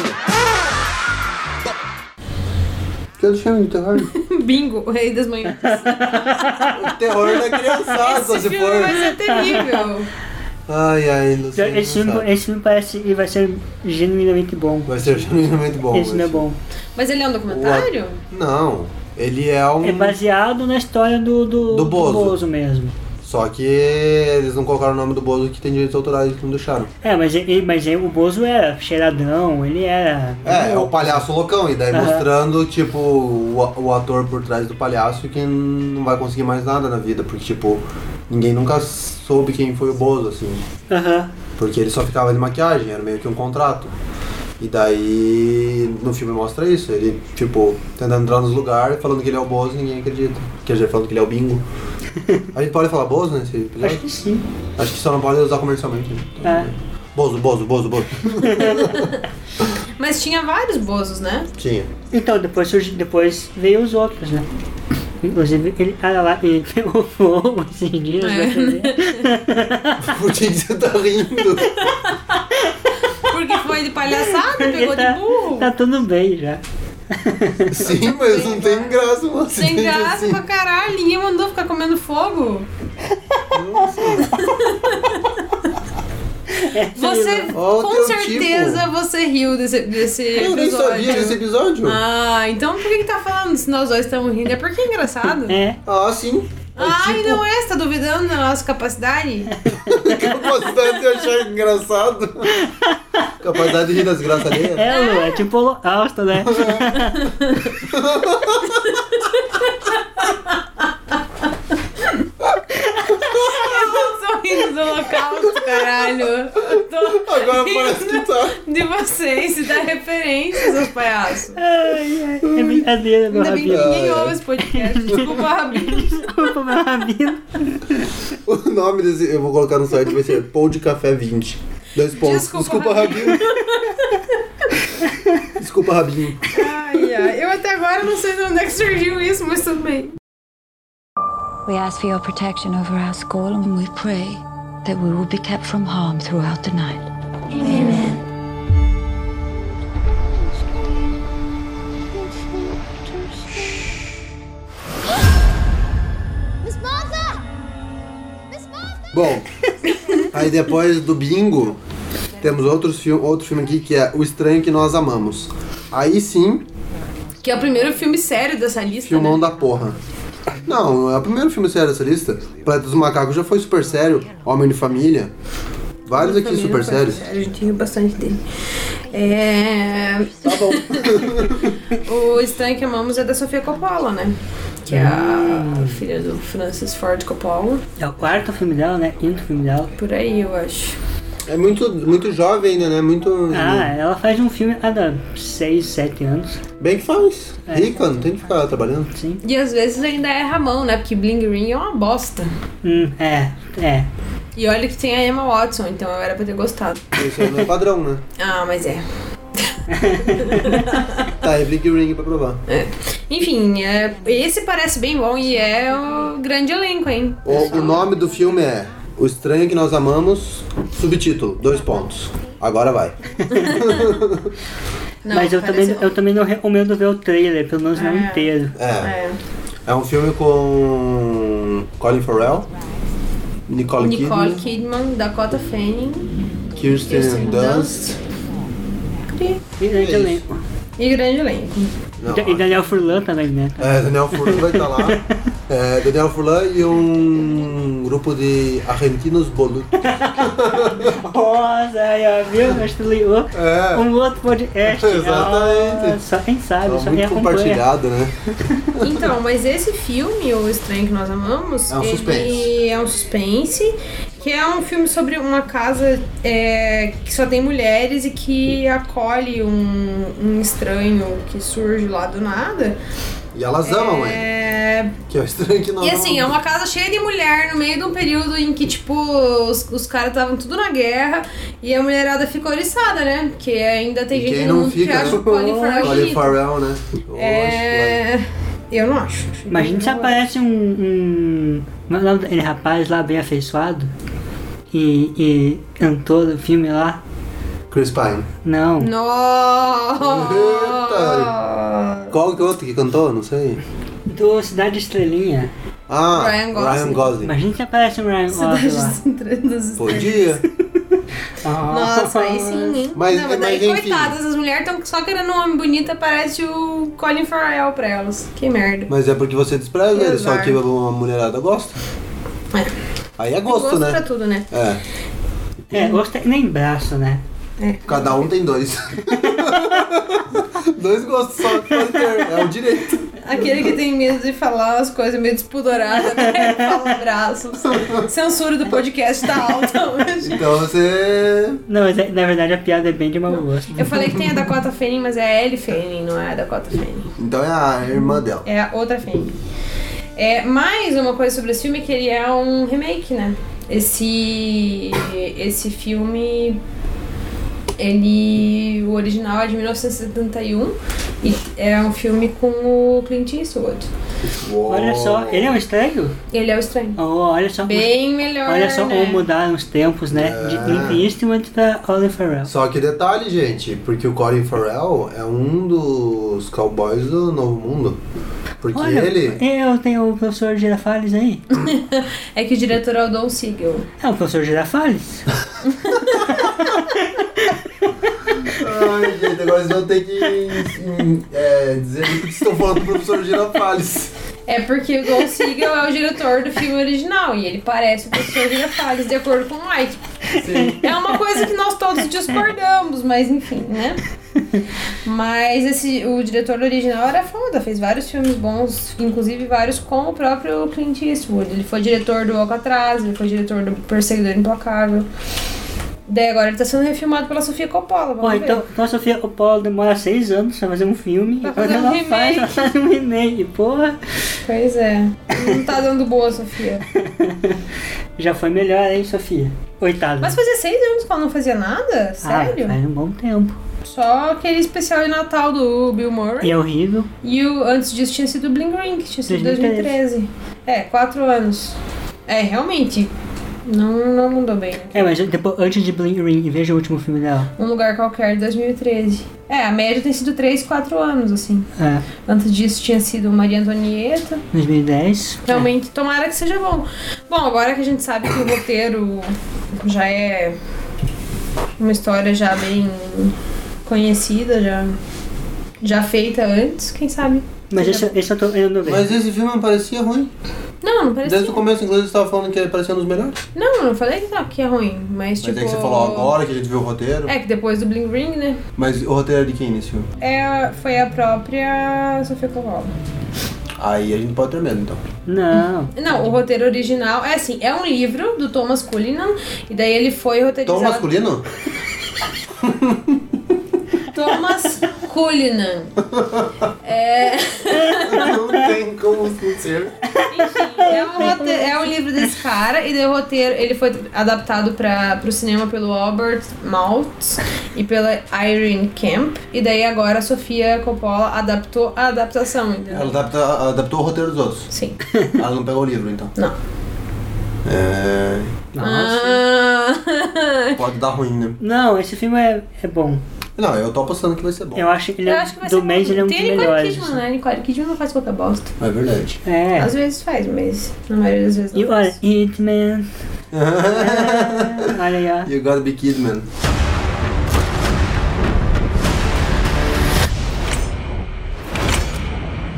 Speaker 1: Que é o filme de terror?
Speaker 3: Bingo, o rei das manhãs.
Speaker 1: (laughs) terror da criançada,
Speaker 3: Esse
Speaker 1: se
Speaker 3: filme
Speaker 1: for.
Speaker 3: vai ser é terrível.
Speaker 1: Ai, ai, Luciano.
Speaker 2: Esse filme, é-
Speaker 1: sabe.
Speaker 2: esse filme parece que vai ser genuinamente bom.
Speaker 1: Vai ser genuinamente bom.
Speaker 2: esse filme é bom.
Speaker 3: Mas ele é um documentário?
Speaker 1: Não, ele é um.
Speaker 2: É baseado na história do, do,
Speaker 1: Do Bozo.
Speaker 2: mesmo.
Speaker 1: Só que eles não colocaram o nome do Bozo que tem direitos autorais que não deixaram.
Speaker 2: É, mas, ele- mas ele- o Bozo era cheiradão, ele era.
Speaker 1: É, é o palhaço loucão, e daí
Speaker 2: Uhum. Aham.
Speaker 1: mostrando, tipo, o, a- o ator por trás do palhaço que não vai conseguir mais nada na vida, porque, tipo, ninguém nunca soube quem foi o Bozo, assim.
Speaker 2: Aham.
Speaker 1: Porque ele só ficava de maquiagem, era meio que um contrato. E daí no filme mostra isso, ele, tipo, tentando entrar nos lugares, falando que ele é o Bozo e ninguém acredita. Quer dizer, falando que ele é o Bingo. A gente pode falar Bozo nesse episódio?
Speaker 2: Acho que sim.
Speaker 1: Acho que só não pode usar comercialmente. né?
Speaker 2: É.
Speaker 1: Bozo, Bozo, Bozo,
Speaker 2: (laughs)
Speaker 1: Bozo.
Speaker 3: Mas tinha vários bozos, né?
Speaker 1: Tinha.
Speaker 2: Então, depois, surgi- depois veio os outros, né? Inclusive, ele, cara lá, ele (laughs) pegou fogo assim, esses
Speaker 3: É.
Speaker 2: (laughs) dias.
Speaker 3: Ah,
Speaker 2: né?
Speaker 1: Por que que você tá rindo?
Speaker 3: Porque foi de
Speaker 1: (laughs)
Speaker 3: palhaçada, pegou
Speaker 2: tá,
Speaker 3: de burro.
Speaker 2: tá tudo bem já.
Speaker 1: Sim, mas não tem graça um
Speaker 3: Sem
Speaker 1: acidente
Speaker 3: graça
Speaker 1: assim.
Speaker 3: pra caralho, ninguém mandou ficar comendo fogo. assim? Você,
Speaker 1: Ó, É, o
Speaker 3: com
Speaker 1: teu
Speaker 3: certeza,
Speaker 1: tipo.
Speaker 3: você riu desse, desse
Speaker 1: Eu nem
Speaker 3: episódio. né?
Speaker 1: sabia desse tipo. episódio.
Speaker 3: Ah, então por que, que tá falando se nós dois estamos rindo? É porque é engraçado.
Speaker 2: É.
Speaker 1: Ah, sim. tipo,
Speaker 3: Ai, não é? Você tá duvidando da nossa capacidade?
Speaker 1: É. Capacidade de achar
Speaker 3: (laughs)
Speaker 1: engraçado. Capacidade de rir das graças alheias.
Speaker 2: É, Lu, é tipo holocausto, (laughs) né?
Speaker 3: Eu tô rindo um do holocausto, caralho. Eu Tô
Speaker 1: Agora
Speaker 3: rindo
Speaker 1: parece que tá.
Speaker 3: De vocês, se dá referência, seus palhaços.
Speaker 2: Ai, ai, é brincadeira, meu
Speaker 3: Ainda bem que
Speaker 2: rabino.
Speaker 3: ninguém ouve esse podcast. Desculpa, Rabino.
Speaker 2: Desculpa, meu rabino.
Speaker 1: O nome desse. Eu vou colocar no site, vai ser Pão de Café 20. Dois pontos.
Speaker 3: Desculpa,
Speaker 1: Desculpa, Rabinho. Desculpa, Rabinho.
Speaker 3: Ai, ai. Eu até agora não sei de onde é que surgiu isso, mas tudo bem.
Speaker 18: We ask for your protection over our school and we pray that we will be kept from harm throughout the night.
Speaker 1: Bom, aí depois do bingo, temos outros fi outro filme aqui que é O Estranho Que Nós Amamos. Aí sim.
Speaker 3: Que é o primeiro filme sério dessa lista.
Speaker 1: Filmão né? da porra. Não, é o primeiro filme sério dessa lista. Planeta dos Macacos já foi super sério. Homem de Família. Vários aqui
Speaker 3: Família
Speaker 1: super
Speaker 3: foi
Speaker 1: sérios.
Speaker 3: sério, A gente riu bastante dele. É.
Speaker 1: Tá bom.
Speaker 3: (laughs) o Estranho que Amamos é da Sofia Coppola, né? Que é
Speaker 1: Hum.
Speaker 3: a filha do Francis Ford Coppola.
Speaker 2: É o quarto filme dela, né? Quinto filme dela.
Speaker 3: Por aí, eu acho.
Speaker 1: É muito, muito jovem ainda, né? Muito.
Speaker 2: Ah, ela faz um filme a cada 6, 7 anos.
Speaker 1: Bem que faz. É. Rica, não tem que ficar trabalhando.
Speaker 2: Sim.
Speaker 3: E às vezes ainda é Ramão, né? Porque Bling Ring é uma bosta.
Speaker 2: Hum, é, é.
Speaker 3: E olha que tem a Emma Watson, então eu era pra ter gostado.
Speaker 1: Isso aí não é padrão, né?
Speaker 3: ah, mas é.
Speaker 1: tá, é Bling Ring pra provar.
Speaker 3: É. Enfim, é, esse parece bem bom e é o grande elenco, hein?
Speaker 1: O, o nome do filme é O Estranho Que Nós Amamos, subtítulo, dois pontos. Agora vai.
Speaker 3: Não,
Speaker 2: Mas eu também,
Speaker 3: pareceu-
Speaker 2: eu também não recomendo ver o trailer, pelo menos não inteiro.
Speaker 1: É.
Speaker 3: É.
Speaker 1: É um filme com Colin Farrell, Nicole, Kidman,
Speaker 3: Nicole Kidman, Dakota Fanning
Speaker 1: Kirsten,
Speaker 3: Kirsten
Speaker 1: Dunst.
Speaker 2: E grande
Speaker 1: É
Speaker 2: elenco.
Speaker 3: e grande elenco.
Speaker 1: Não,
Speaker 2: E Daniel Furlan também, né?
Speaker 1: é, Daniel Furlan vai estar lá. É, Daniel Furlan e um grupo de argentinos boludos.
Speaker 2: Nossa, aí, ó, viu? Nós tu ligou
Speaker 1: É.
Speaker 2: um outro podcast.
Speaker 1: Exatamente.
Speaker 2: Ó, Só quem sabe,
Speaker 1: Tá
Speaker 2: só quem
Speaker 1: muito
Speaker 2: acompanha.
Speaker 1: compartilhado, né?
Speaker 3: Então, mas esse filme, O Estranho Que Nós Amamos,
Speaker 1: É um
Speaker 3: ele
Speaker 1: suspense.
Speaker 3: é um suspense, que é um filme sobre uma casa é, que só tem mulheres e que acolhe um, um estranho que surge lá do nada.
Speaker 1: E elas amam, é...
Speaker 3: É,
Speaker 1: Que é o estranho que nós
Speaker 3: E assim, é
Speaker 1: amamos.
Speaker 3: uma casa cheia de mulher no meio de um período em que, tipo, os, os caras estavam tudo na guerra e a mulherada ficou oriçada, né? Porque ainda tem
Speaker 1: E
Speaker 3: gente
Speaker 1: quem
Speaker 3: no
Speaker 1: não
Speaker 3: mundo que
Speaker 1: fica,
Speaker 3: acha
Speaker 1: né?
Speaker 3: o Colin Farrell
Speaker 1: Colin
Speaker 3: bonito.
Speaker 1: Farrell, né?
Speaker 3: É. Eu não acho.
Speaker 2: Imagina se aparece um. um como é o nome daquele rapaz lá bem afeiçoado e, e cantou do filme lá.
Speaker 1: Chris Pine.
Speaker 2: Não.
Speaker 3: Nossa!
Speaker 1: Eita. Qual que é o outro que cantou? Não sei.
Speaker 2: Do Cidade Estrelinha.
Speaker 1: Ah,
Speaker 3: Ryan Gosling.
Speaker 1: Ryan Gosling.
Speaker 2: Imagina se aparece um Ryan Gosling lá.
Speaker 3: Cidade dos
Speaker 1: Podia.
Speaker 3: Nossa, aí sim, hein?
Speaker 1: Mas-
Speaker 3: não, mas
Speaker 1: mas
Speaker 3: daí,
Speaker 1: enfim.
Speaker 3: coitadas, as mulheres estão só querendo um homem bonito, aparece o Colin Farrell pra elas. Que merda.
Speaker 1: Mas é porque você despreza
Speaker 3: Que
Speaker 1: ele, só
Speaker 3: azar.
Speaker 1: que uma mulherada gosta. Aí é gosto,
Speaker 3: Gosto pra
Speaker 1: né?
Speaker 3: tudo, né?
Speaker 1: É,
Speaker 2: É, gostei nem braço, né?
Speaker 1: cada um tem dois. (laughs) dois gostos só, pode ter, é o direito.
Speaker 3: Aquele que tem medo de falar as coisas meio despodoradas, né? (laughs) Fala abraço. Censura do podcast tá alta hoje.
Speaker 1: Então você.
Speaker 2: Não, mas é- na verdade a piada é bem de mau gosto.
Speaker 3: Eu falei que tem a Dakota Fanning, mas é a Ellie Fanning, não é a Dakota Fanning.
Speaker 1: Então é a irmã dela.
Speaker 3: É a outra Fanning. É, mais uma coisa sobre esse filme é que ele é um remake, né? Esse, esse filme, ele, o original é de 1971 e é um filme com o Clint Eastwood.
Speaker 1: Uou.
Speaker 2: Olha só, ele é um estranho?
Speaker 3: Ele é o estranho.
Speaker 2: Oh, olha só.
Speaker 3: Bem melhor,
Speaker 2: Olha só
Speaker 3: né?
Speaker 2: como mudaram os tempos, né? De
Speaker 1: É.
Speaker 2: Clint Eastwood pra Colin Farrell.
Speaker 1: Só que detalhe, gente, porque o Colin Farrell é um dos cowboys do Novo Mundo. Porque
Speaker 2: Olha, é
Speaker 1: ele.
Speaker 2: eu tenho o professor Girafales aí.
Speaker 3: É que o diretor é o Don Siegel.
Speaker 2: É o professor Girafales.
Speaker 1: Ai, gente, agora vocês vão ter que em- é, dizer que estão falando do professor Girafales.
Speaker 3: É porque o Don Siegel é o diretor do filme original e ele parece o professor Girafales, de acordo com o Mike. É uma coisa que nós todos discordamos, mas enfim, né? Mas esse, o diretor original era foda, fez vários filmes bons, inclusive vários com o próprio Clint Eastwood. Ele foi diretor do Alcatraz, ele foi diretor do Perseguidor Implacável. Daí agora ele tá sendo refilmado pela Sofia Coppola. Vamos
Speaker 2: Bom,
Speaker 3: ver.
Speaker 2: então, então a Sofia Coppola demora seis anos pra fazer um filme.
Speaker 3: Pra
Speaker 2: e quando
Speaker 3: fazer um
Speaker 2: ela faz,
Speaker 3: remake.
Speaker 2: ela faz um remake. Porra, (laughs)
Speaker 3: Pois é. Não tá dando boa, Sofia.
Speaker 2: já foi melhor, hein, Sofia? Coitada.
Speaker 3: Mas fazia seis anos que ela não fazia nada?
Speaker 2: Ah,
Speaker 3: Sério?
Speaker 2: faz um bom tempo.
Speaker 3: Só aquele especial de Natal do Bill Murray.
Speaker 2: E é horrível.
Speaker 3: E o, antes disso tinha sido o Bling Ring, que tinha sido 2013.
Speaker 2: 2013.
Speaker 3: É, quatro anos. É, realmente. Não, não mudou bem.
Speaker 2: É, mas depois, antes de Bling Ring, veja o último filme dela.
Speaker 3: Um Lugar Qualquer de 2013. É, a média tem sido 3, 4 anos, assim.
Speaker 2: É.
Speaker 3: Antes disso tinha sido Maria Antonieta.
Speaker 2: 2010.
Speaker 3: Realmente, tomara que seja bom. Bom, agora que a gente sabe que o roteiro já é uma história já bem conhecida, já, já feita antes, quem sabe?
Speaker 2: Mas esse, esse eu tô eu não vi.
Speaker 1: Mas esse filme não parecia ruim.
Speaker 3: Não, não parecia.
Speaker 1: Desde o começo, inclusive, você estava falando que ele parecia um dos melhores.
Speaker 3: Não, não falei que, tá, que é ruim, mas, tipo...
Speaker 1: Mas é que você falou agora, que a gente viu o roteiro.
Speaker 3: É, que depois do Bling Ring, né?
Speaker 1: Mas o roteiro é de quem nesse filme?
Speaker 3: É, foi a própria Sofia Coppola.
Speaker 1: Aí a gente pode ter medo, então.
Speaker 2: Não.
Speaker 3: Não, o roteiro original é assim, é um livro do Thomas Cullinan, e daí ele foi roteirizado...
Speaker 1: Thomas Cullinan?
Speaker 3: Thomas Cullinan.
Speaker 1: (laughs)
Speaker 3: É...
Speaker 1: (laughs) Não tem como ser.
Speaker 3: Enfim, é um, roteiro, é um livro desse cara e o roteiro ele foi adaptado para o cinema pelo Albert Maltz e pela Irene Camp e daí agora a Sofia Coppola adaptou a adaptação, entendeu?
Speaker 1: Ela adapta, adaptou o roteiro dos outros.
Speaker 3: Sim.
Speaker 1: Ela não pegou o livro então.
Speaker 3: Não.
Speaker 1: É... Nossa.
Speaker 3: Ah.
Speaker 1: Pode dar ruim, né?
Speaker 2: Não, esse filme é, é bom.
Speaker 1: Não, eu tô apostando que vai ser bom.
Speaker 2: Eu acho que ele
Speaker 3: Eu
Speaker 2: é
Speaker 3: acho que vai
Speaker 2: do
Speaker 3: ser
Speaker 2: mês
Speaker 3: bom.
Speaker 2: ele é um dos
Speaker 3: Tem a Nicole
Speaker 2: melhores.
Speaker 3: Kidman, né? A Nicole Kidman não faz qualquer bosta.
Speaker 1: É verdade.
Speaker 2: É.
Speaker 3: Às vezes faz, mas na maioria das vezes não
Speaker 2: You are
Speaker 3: faz.
Speaker 1: (laughs)
Speaker 2: it, man. É, Olha aí,
Speaker 1: (laughs)
Speaker 2: ó.
Speaker 1: You gotta be kid, man.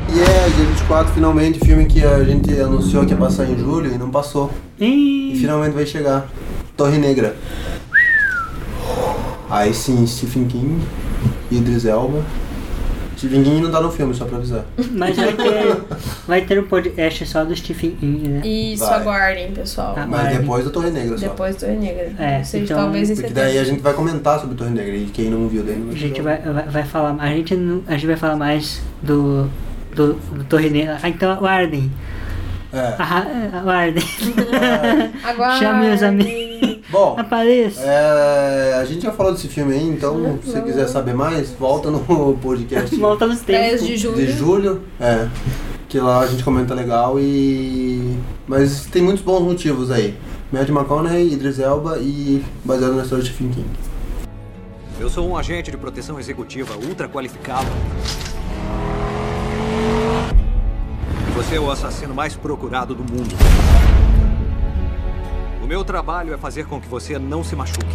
Speaker 1: Yeah, é, dia 24, finalmente, filme que a gente anunciou que ia passar em julho e não passou. E
Speaker 2: Ih,
Speaker 1: finalmente vai chegar. Torre Negra. Aí sim, Stephen King, Idris Elba. Stephen King não tá no filme, só pra avisar.
Speaker 2: Mas vai ter, vai ter um podcast só do Stephen King, né?
Speaker 3: Isso,
Speaker 1: Vai.
Speaker 3: aguardem, pessoal.
Speaker 2: Tá.
Speaker 1: Mas
Speaker 2: Vai.
Speaker 1: depois da Torre Negra só.
Speaker 3: Depois do Negra.
Speaker 2: É,
Speaker 3: Ou seja,
Speaker 2: então-
Speaker 3: talvez em
Speaker 1: Porque daí
Speaker 3: setembro.
Speaker 1: a gente vai comentar sobre Torre Negra e quem não viu daí não
Speaker 2: A
Speaker 1: vai
Speaker 2: gente
Speaker 1: chegar.
Speaker 2: vai, vai, vai falar a gente, não- a gente vai falar mais do, do, do Torre Negra. Ah, então aguardem.
Speaker 1: É. (laughs)
Speaker 2: Ah, aguardem.
Speaker 3: Aguardem.
Speaker 2: Chame os amigos.
Speaker 1: Bom,
Speaker 2: Apareça.
Speaker 1: é, a gente já falou desse filme aí, então se você quiser saber mais, volta no (laughs) podcast
Speaker 2: Volta nos
Speaker 3: 10
Speaker 2: tempos.
Speaker 3: de julho.
Speaker 1: de julho. É. Que lá a gente comenta legal e. Mas tem muitos bons motivos aí. Mad McConaughey, Idris Elba e baseado na história de Stephen King.
Speaker 4: Eu sou um agente de proteção executiva ultra qualificado. Você é o assassino mais procurado do mundo. O meu trabalho é fazer com que você não se machuque.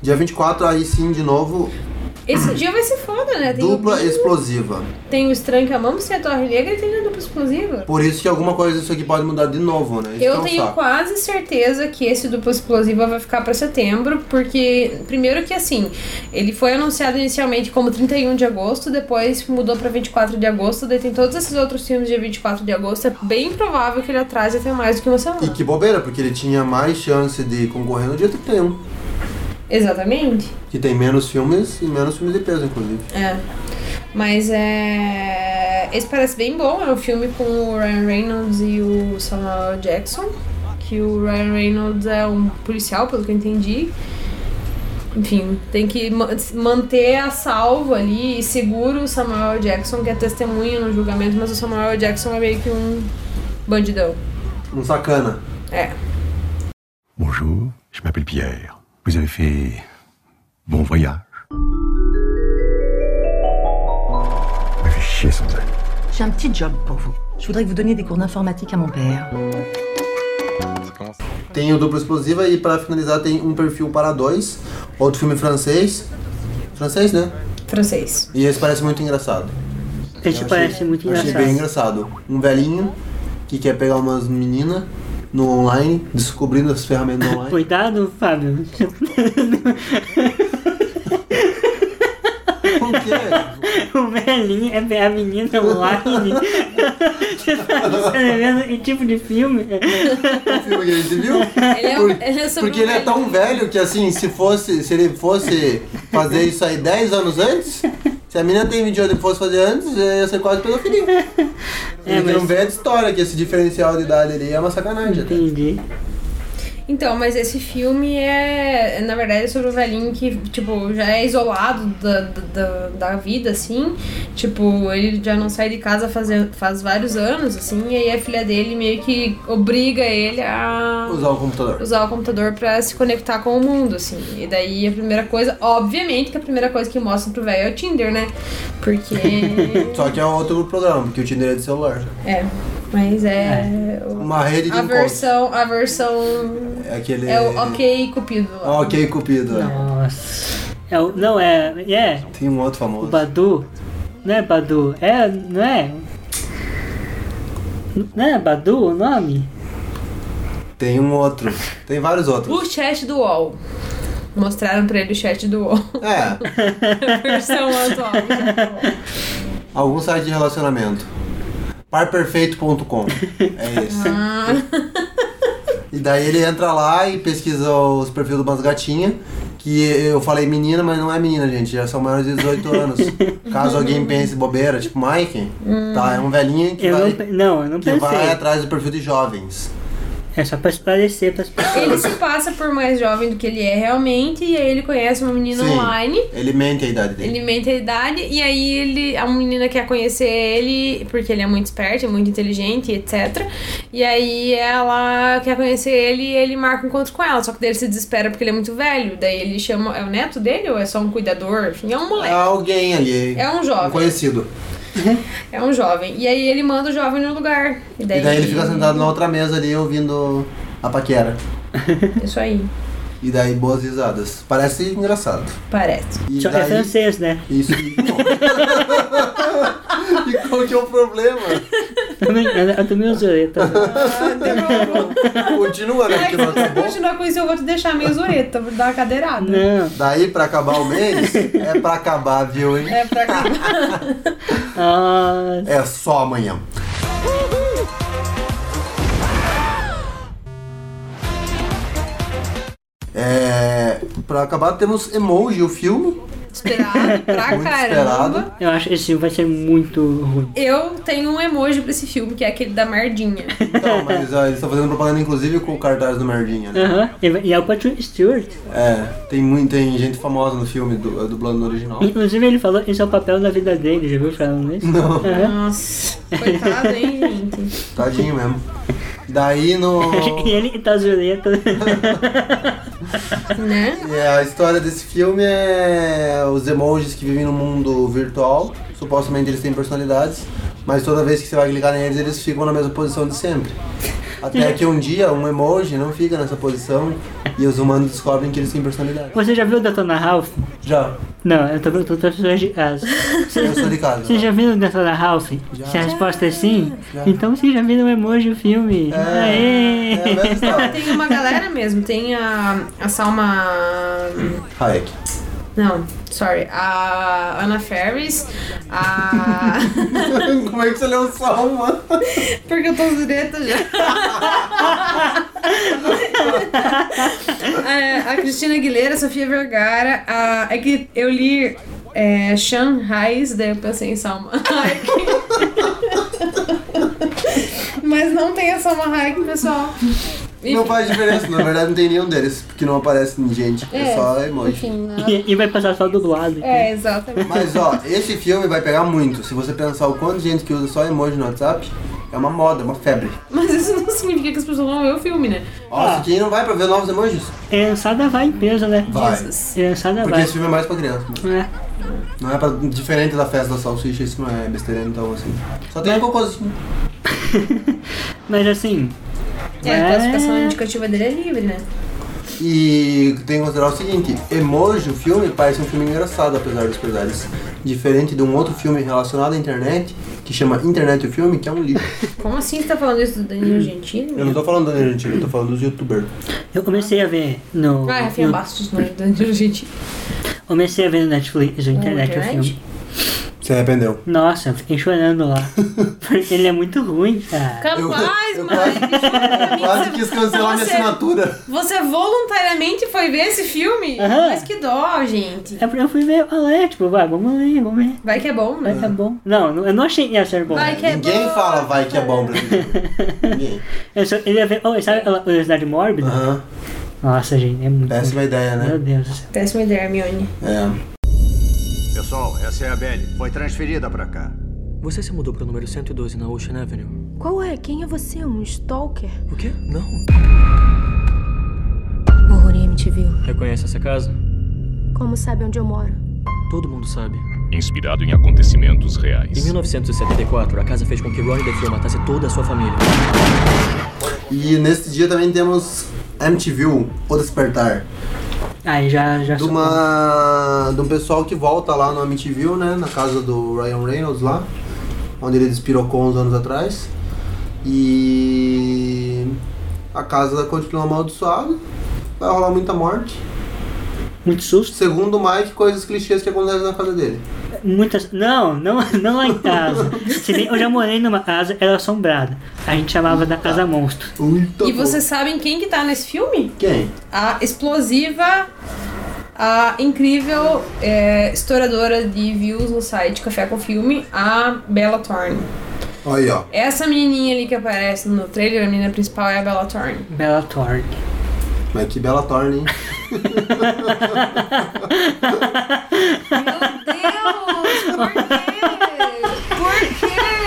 Speaker 1: Dia 24, aí sim, de novo,
Speaker 3: Esse dia vai ser foda, né? Tem o,
Speaker 1: dupla
Speaker 3: Bingo,
Speaker 1: explosiva.
Speaker 3: tem o Estranho que Amamos, tem é a Torre Negra e tem a dupla explosiva.
Speaker 1: Por isso que alguma coisa disso aqui pode mudar de novo, né? Isso que é
Speaker 3: Eu
Speaker 1: um
Speaker 3: tenho
Speaker 1: saco.
Speaker 3: quase certeza que esse dupla explosiva vai ficar pra setembro, porque primeiro que assim, ele foi anunciado inicialmente como 31 de agosto, depois mudou pra 24 de agosto, daí tem todos esses outros filmes dia 24 de agosto, é bem provável que ele atrase até mais do que uma semana.
Speaker 1: E que bobeira, porque ele tinha mais chance de concorrer no dia 31.
Speaker 3: Exatamente.
Speaker 1: Que tem menos filmes e menos filmes de peso, inclusive.
Speaker 3: É. Mas é. Esse parece bem bom. É um filme com o Ryan Reynolds e o Samuel Jackson. Que o Ryan Reynolds é um policial, pelo que eu entendi. Enfim, tem que ma- manter a salvo ali e seguro o Samuel Jackson, que é testemunha no julgamento, mas o Samuel Jackson é meio que um bandidão.
Speaker 1: Um sacana.
Speaker 3: É.
Speaker 20: Bonjour, je m'appelle Pierre. Vous avez fait bon voyage. Vous m'avez fait chier sans elle.
Speaker 21: J'ai un petit job pour vous. Je voudrais que vous donniez des cours d'informatique à mon père.
Speaker 1: Tem o Dupla Explosiva e para finalizar tem Um Perfil para Dois, outro filme francês. Francês, né?
Speaker 3: Francês.
Speaker 1: E esse parece muito engraçado.
Speaker 2: Esse parece muito
Speaker 1: Eu Achei
Speaker 2: engraçado.
Speaker 1: bem engraçado. Um velhinho que quer pegar umas meninas no online, descobrindo as ferramentas online.
Speaker 2: Cuidado, Fábio. (laughs)
Speaker 1: Com o quê?
Speaker 2: o velhinho é a menina online. Você tá escrevendo que tipo de filme?
Speaker 1: O filme que a gente viu?
Speaker 3: Ele é,
Speaker 1: Por-
Speaker 3: ele é sobre
Speaker 1: Porque ele é
Speaker 3: um-
Speaker 1: tão velho que assim, se fosse, se ele fosse fazer isso aí 10 anos antes, se a menina tem 28 e fosse fazer antes, ia ser quase pedofilia.
Speaker 2: É,
Speaker 1: Ele tem
Speaker 2: mas-
Speaker 1: né? um velho de história que esse diferencial de idade ali é uma sacanagem. até.
Speaker 2: Entendi.
Speaker 3: Então, mas esse filme é, na verdade, é sobre um velhinho que, tipo, já é isolado da, da, da vida, assim. Tipo, ele já não sai de casa faz, faz vários anos, assim, e aí a filha dele meio que obriga ele a.
Speaker 1: Usar o computador.
Speaker 3: Usar o computador pra se conectar com o mundo, assim. E daí a primeira coisa, obviamente que a primeira coisa que mostra pro velho é o Tinder, né? (laughs) Porque.
Speaker 1: Só que é um outro programa, porque o Tinder é de celular.
Speaker 3: É. Mas é.
Speaker 1: Uma rede de
Speaker 3: a
Speaker 1: encontros.
Speaker 3: versão, a versão.
Speaker 1: É aquele.
Speaker 3: É o Ok Cupido.
Speaker 1: Ah, ok, Cupido. é.
Speaker 2: Nossa. É o, não, é. É.
Speaker 1: Tem um outro
Speaker 2: O
Speaker 1: famoso.
Speaker 2: Badu. Não é Badu. É. Não é? Não é Badu o nome?
Speaker 1: Tem um outro. Tem vários
Speaker 2: (laughs)
Speaker 1: outros.
Speaker 3: O chat do UOL. Mostraram pra ele o chat do UOL.
Speaker 1: É.
Speaker 3: A (laughs) versão atual.
Speaker 1: Algum site de relacionamento. Parperfeito.com. É esse.
Speaker 2: Ah.
Speaker 1: E daí ele entra lá e pesquisa os perfis de umas gatinhas. Que eu falei menina, mas não é menina, gente. Já são maiores de 18 anos. Caso alguém pense bobeira, tipo Mike,
Speaker 2: Hum.
Speaker 1: tá? É um velhinho que,
Speaker 2: Eu não,
Speaker 1: vai,
Speaker 2: pe- não, eu não
Speaker 1: que
Speaker 2: pensei.
Speaker 1: vai atrás do perfil de jovens.
Speaker 2: É só pra esclarecer pras
Speaker 3: Ele
Speaker 2: pessoas.
Speaker 3: se passa por mais jovem do que ele é realmente, e aí ele conhece uma menina
Speaker 1: Sim.
Speaker 3: online.
Speaker 1: Ele mente a idade dele.
Speaker 3: Ele mente a idade, e aí ele, a menina quer conhecer ele, porque ele é muito esperto, é muito inteligente, etc. E aí ela quer conhecer ele e ele marca um encontro com ela. Só que daí ele se desespera porque ele é muito velho. Daí ele chama. É o neto dele ou é só um cuidador? Enfim, é um
Speaker 1: É
Speaker 3: moleque.
Speaker 1: alguém ali.
Speaker 3: É um jovem.
Speaker 1: conhecido.
Speaker 3: É um jovem. E aí ele manda o jovem no lugar. E daí,
Speaker 1: Ah.
Speaker 3: é
Speaker 1: E daí ele fica sentado na outra mesa ali ouvindo a paquera. assim.
Speaker 3: Isso aí.
Speaker 1: E daí boas risadas. Parece engraçado.
Speaker 3: Parece.
Speaker 1: E
Speaker 2: Só que é
Speaker 1: daí-
Speaker 2: francês, né? (laughs)
Speaker 1: Isso. (laughs) e qual que é o problema?
Speaker 2: Também, eu, eu também uso orelha, tá?
Speaker 3: Ah, tá
Speaker 1: Tá Continua, né? Porque não acabou.
Speaker 3: Continuar com isso, eu vou te deixar meio zureta, vou te dar uma cadeirada.
Speaker 2: Não.
Speaker 1: Daí pra acabar o mês, é pra acabar, viu, hein?
Speaker 3: É pra cá.
Speaker 2: Ah,
Speaker 1: É só amanhã. É, pra acabar temos Emoji, o filme.
Speaker 3: Esperado pra
Speaker 1: Muito
Speaker 3: caramba.
Speaker 1: esperado.
Speaker 2: eu acho que esse filme vai ser muito ruim.
Speaker 3: Eu tenho um emoji pra esse filme, que é aquele da Mardinha.
Speaker 1: Então, mas ó, eles estão fazendo propaganda inclusive com o cartaz do Merdinha, né?
Speaker 2: Aham. E vai- E é o Patrick Stewart.
Speaker 1: É, tem, muito, tem gente famosa no filme, du- dublando no original.
Speaker 2: Inclusive ele falou esse é o papel da vida dele, já viu falando isso?
Speaker 1: Não.
Speaker 2: Aham.
Speaker 3: Nossa, coitado, hein, gente?
Speaker 1: Tadinho mesmo. Daí no.
Speaker 2: (laughs) e ele tá zureta.
Speaker 3: Né?
Speaker 1: É, a história desse filme é os emojis que vivem no mundo virtual. Supostamente eles têm personalidades, mas toda vez que você vai clicar neles, eles ficam na mesma posição de sempre. Até que um dia um emoji não fica nessa posição e os humanos descobrem que eles têm personalidade.
Speaker 2: Você já viu o Detona Ralph?
Speaker 1: Já,
Speaker 2: Não, eu tô perguntando pra de casa.
Speaker 1: eu sou de casa.
Speaker 2: Vocês já viram o Detona Ralph? Se a resposta é sim,
Speaker 1: Já.
Speaker 2: então vocês já viram o emoji o filme.
Speaker 1: É
Speaker 2: Aê!
Speaker 1: a mesma história.
Speaker 3: Tem uma galera mesmo, tem a, a Salma.
Speaker 1: Hayek.
Speaker 3: Não, sorry. A Ana Ferris, a.
Speaker 1: (laughs) Como é que você leu só uma?
Speaker 3: Porque eu tô zureta
Speaker 1: (laughs)
Speaker 3: já. É, a Cristina Aguilera, a Sofia Vergara, a... é que eu li é, Shanghai's, daí eu pensei em Salma Hayek. (laughs) Mas não tem a Salma Hayek, pessoal.
Speaker 1: Não faz diferença, na verdade não tem nenhum deles, porque não aparece gente, é, só emoji.
Speaker 3: Enfim, né?
Speaker 1: é.
Speaker 2: (laughs)
Speaker 1: (laughs)
Speaker 2: E, e vai passar só dublado.
Speaker 3: É, exatamente.
Speaker 1: Mas ó, esse filme vai pegar muito. Se você pensar o quanto de gente que usa só emoji no WhatsApp, é uma moda, uma febre.
Speaker 3: Mas isso não significa que as pessoas vão ver o filme, né?
Speaker 1: Nossa, quem não vai pra ver novos emojis?
Speaker 2: Criançada vai em peso, né?
Speaker 1: Vai.
Speaker 2: Criançada
Speaker 1: Porque
Speaker 2: vai.
Speaker 1: esse filme é mais pra criança.
Speaker 2: É.
Speaker 1: Não é pra, diferente da festa da salsicha, isso não é besteira então assim. Só tem um cocôzinho.
Speaker 2: Mas assim,
Speaker 3: É, a classificação indicativa dele é livre, né?
Speaker 1: E tem que considerar o seguinte, emoji, o filme, parece um filme engraçado, apesar dos pesares. Diferente de um outro filme relacionado à internet, que chama Internet o Filme, que é um livro.
Speaker 3: Como assim você tá falando isso do Danilo Gentili?
Speaker 1: Hum. Eu não tô falando da gente, eu tô falando dos youtubers.
Speaker 2: eu comecei a ver no.
Speaker 3: Vai, Ah, Rafinha
Speaker 2: no-
Speaker 3: Bastos, não é do Danilo Gentili.
Speaker 2: Comecei a ver no Netflix, na internet,
Speaker 3: Na
Speaker 2: o
Speaker 3: internet?
Speaker 2: filme.
Speaker 1: Se arrependeu.
Speaker 2: Nossa, eu fiquei chorando
Speaker 1: (laughs)
Speaker 2: lá. Porque ele é muito ruim, cara.
Speaker 3: Capaz,
Speaker 1: Eu- eu
Speaker 3: mas.
Speaker 1: Eu quase quis cancelar minha
Speaker 3: Você-
Speaker 1: assinatura.
Speaker 3: Você voluntariamente foi ver esse filme?
Speaker 2: Aham.
Speaker 3: Mas que dó, gente.
Speaker 2: É porque eu fui ver, falei, tipo, vai, vamos ver, vamos ver.
Speaker 3: Vai que é bom, né?
Speaker 2: Vai que é bom. Não, não- eu não achei que ia ser bom.
Speaker 3: Vai que é
Speaker 1: Ninguém
Speaker 3: bom.
Speaker 1: fala vai que é bom brasileiro.
Speaker 2: Eu só, ele ia ver, oh, sabe aquela curiosidade mórbida? Nossa, gente, é muito.
Speaker 1: Péssima ideia, né?
Speaker 2: Meu Deus do céu.
Speaker 3: Péssima ideia, Hermione.
Speaker 1: É.
Speaker 4: Pessoal, essa é a Belle. Foi transferida pra cá.
Speaker 22: Você se mudou para o número 112 na Ocean Avenue.
Speaker 23: Qual é? Quem é você? Um stalker?
Speaker 22: O quê? Não.
Speaker 23: O Rorim te viu.
Speaker 22: Reconhece essa casa?
Speaker 23: Como sabe onde eu moro?
Speaker 22: Todo mundo sabe.
Speaker 6: Inspirado em acontecimentos reais.
Speaker 22: Em 1974, a casa fez com que Ronnie DeFeo matasse toda a sua família.
Speaker 1: E nesse dia também temos MTV, O Despertar.
Speaker 2: Aí já, já
Speaker 1: de, uma, de um pessoal que volta lá no Amityville, né? Na casa do Ryan Reynolds lá, onde ele despirocou uns anos atrás. E a casa continua amaldiçoada, vai rolar muita morte.
Speaker 2: Muito susto.
Speaker 1: Segundo o Mike, coisas clichês que acontecem na casa dele.
Speaker 2: Muitas. Não, não, (laughs) não lá em casa. Se bem, eu já morei numa casa, era assombrada. A gente chamava da Casa Monstro.
Speaker 3: E vocês sabem quem que tá nesse filme?
Speaker 1: Quem?
Speaker 3: A explosiva, a incrível é, estouradora de views no site Café com Filme, a Bella Thorne.
Speaker 1: Aí, ó.
Speaker 3: Essa menininha ali que aparece no trailer, a menina principal é a Bella Thorne.
Speaker 2: Bela Thorne.
Speaker 1: Mas que bela torna, hein?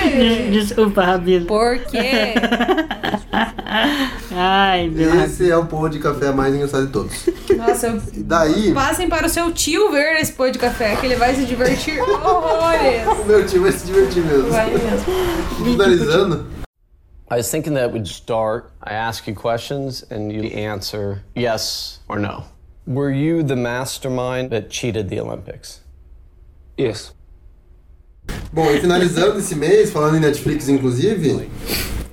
Speaker 2: Des- Desculpa, Rabino.
Speaker 3: Por quê? (laughs)
Speaker 2: Ai, meu
Speaker 1: Esse é o pão de café mais engraçado de todos.
Speaker 3: Nossa, eu-
Speaker 1: E daí,
Speaker 3: passem para o seu tio ver esse pão de café, que ele vai se divertir horrores.
Speaker 1: meu time vai se divertir mesmo.
Speaker 3: Vai mesmo.
Speaker 1: Finalizando.
Speaker 9: I was thinking that would start. I ask you questions and you answer yes or no. Were you the mastermind that cheated the Olympics? Yes.
Speaker 1: Bom, e finalizando esse mês, falando em Netflix, inclusive,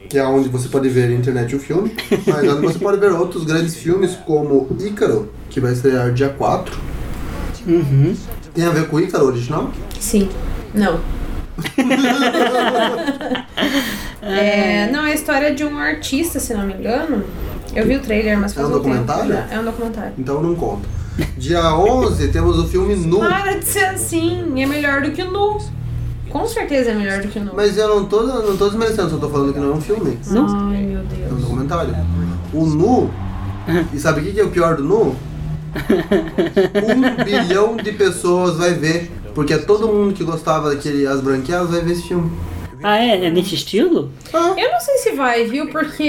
Speaker 1: que é onde você pode ver na internet o filme, mas onde você pode ver outros grandes filmes como Ícaro, que vai estrear dia 4.
Speaker 2: Uhum.
Speaker 1: Tem a ver com o Ícaro original?
Speaker 3: Sim. Não. É, não, é a história de um artista, se não me engano. Eu vi o trailer, mas faz
Speaker 1: É um
Speaker 3: tempo
Speaker 1: documentário?
Speaker 3: já. É um documentário.
Speaker 1: Então não conta. Dia 11 temos o filme Nu.
Speaker 3: Para de ser assim, é melhor do que o Nu. Com certeza é melhor do que o Nu.
Speaker 1: Mas eu não tô, não tô desmerecendo, só tô falando que não é um filme.
Speaker 3: Ai, meu Deus.
Speaker 1: É um documentário. O Nu. E sabe o que que é o pior do Nu?
Speaker 2: (laughs)
Speaker 1: Um bilhão de pessoas vai ver. Porque é todo mundo que gostava daquele As Branquelas vai ver esse filme.
Speaker 2: Ah, é? É nesse estilo?
Speaker 3: Eu não sei se vai, viu? Porque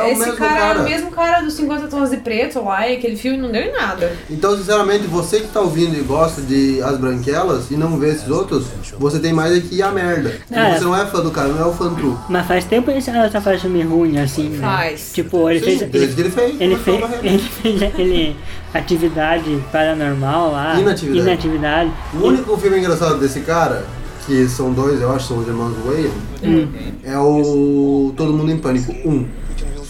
Speaker 1: o
Speaker 3: esse
Speaker 1: mesmo
Speaker 3: cara é
Speaker 1: cara.
Speaker 3: o mesmo cara dos 50 tons de preto lá, e aquele filme não deu em nada.
Speaker 1: Então, sinceramente, você que tá ouvindo e gosta de As Branquelas e não vê esses outros, você tem mais aqui a merda.
Speaker 2: É.
Speaker 1: Você não é fã do cara, não é o fã true.
Speaker 2: Mas faz tempo que esse cara tá fazendo filme ruim, assim, né?
Speaker 3: Faz.
Speaker 2: Tipo, ele
Speaker 1: Sim,
Speaker 2: fez.
Speaker 1: desde que ele fez,
Speaker 2: Ele
Speaker 1: mas
Speaker 2: fez,
Speaker 1: não vai-
Speaker 2: ele fez aquele atividade paranormal lá.
Speaker 1: Inatividade.
Speaker 2: Inatividade.
Speaker 1: O único filme engraçado desse cara, que são dois, eu acho, são os irmãos Wayne, é o Todo Mundo em Pânico 1.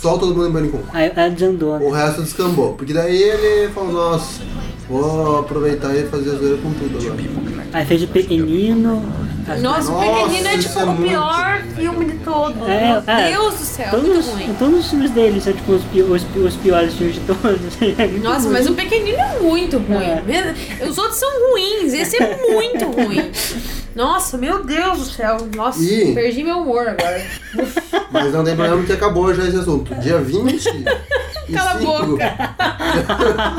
Speaker 1: Só o Todo Mundo em Pânico 1.
Speaker 2: Aí ela desandou, né?
Speaker 1: O resto descambou. Porque daí ele falou, nossa, vou aproveitar e fazer zoeira com tudo agora.
Speaker 2: Aí fez o pequenino. as-
Speaker 3: Nossa, o Pequenino é tipo
Speaker 1: isso é
Speaker 3: o
Speaker 1: muito-
Speaker 3: pior filme de todos.
Speaker 2: É,
Speaker 3: Meu
Speaker 2: é.
Speaker 3: Deus do céu,
Speaker 2: Todos,
Speaker 3: muito ruim.
Speaker 2: todos os filmes dele são tipo os, pi- os pi- os piores filmes de todos. (laughs) É muito
Speaker 3: Nossa,
Speaker 2: ruim.
Speaker 3: mas o pequenino é muito ruim. Os outros são ruins, esse é muito ruim. Nossa, meu Deus do céu. Nossa,
Speaker 1: E-
Speaker 3: perdi meu humor agora.
Speaker 1: Mas não tem problema que acabou já esse assunto. Dia 20. e
Speaker 3: (laughs) Cala a
Speaker 1: cinco-
Speaker 3: boca.
Speaker 1: (laughs)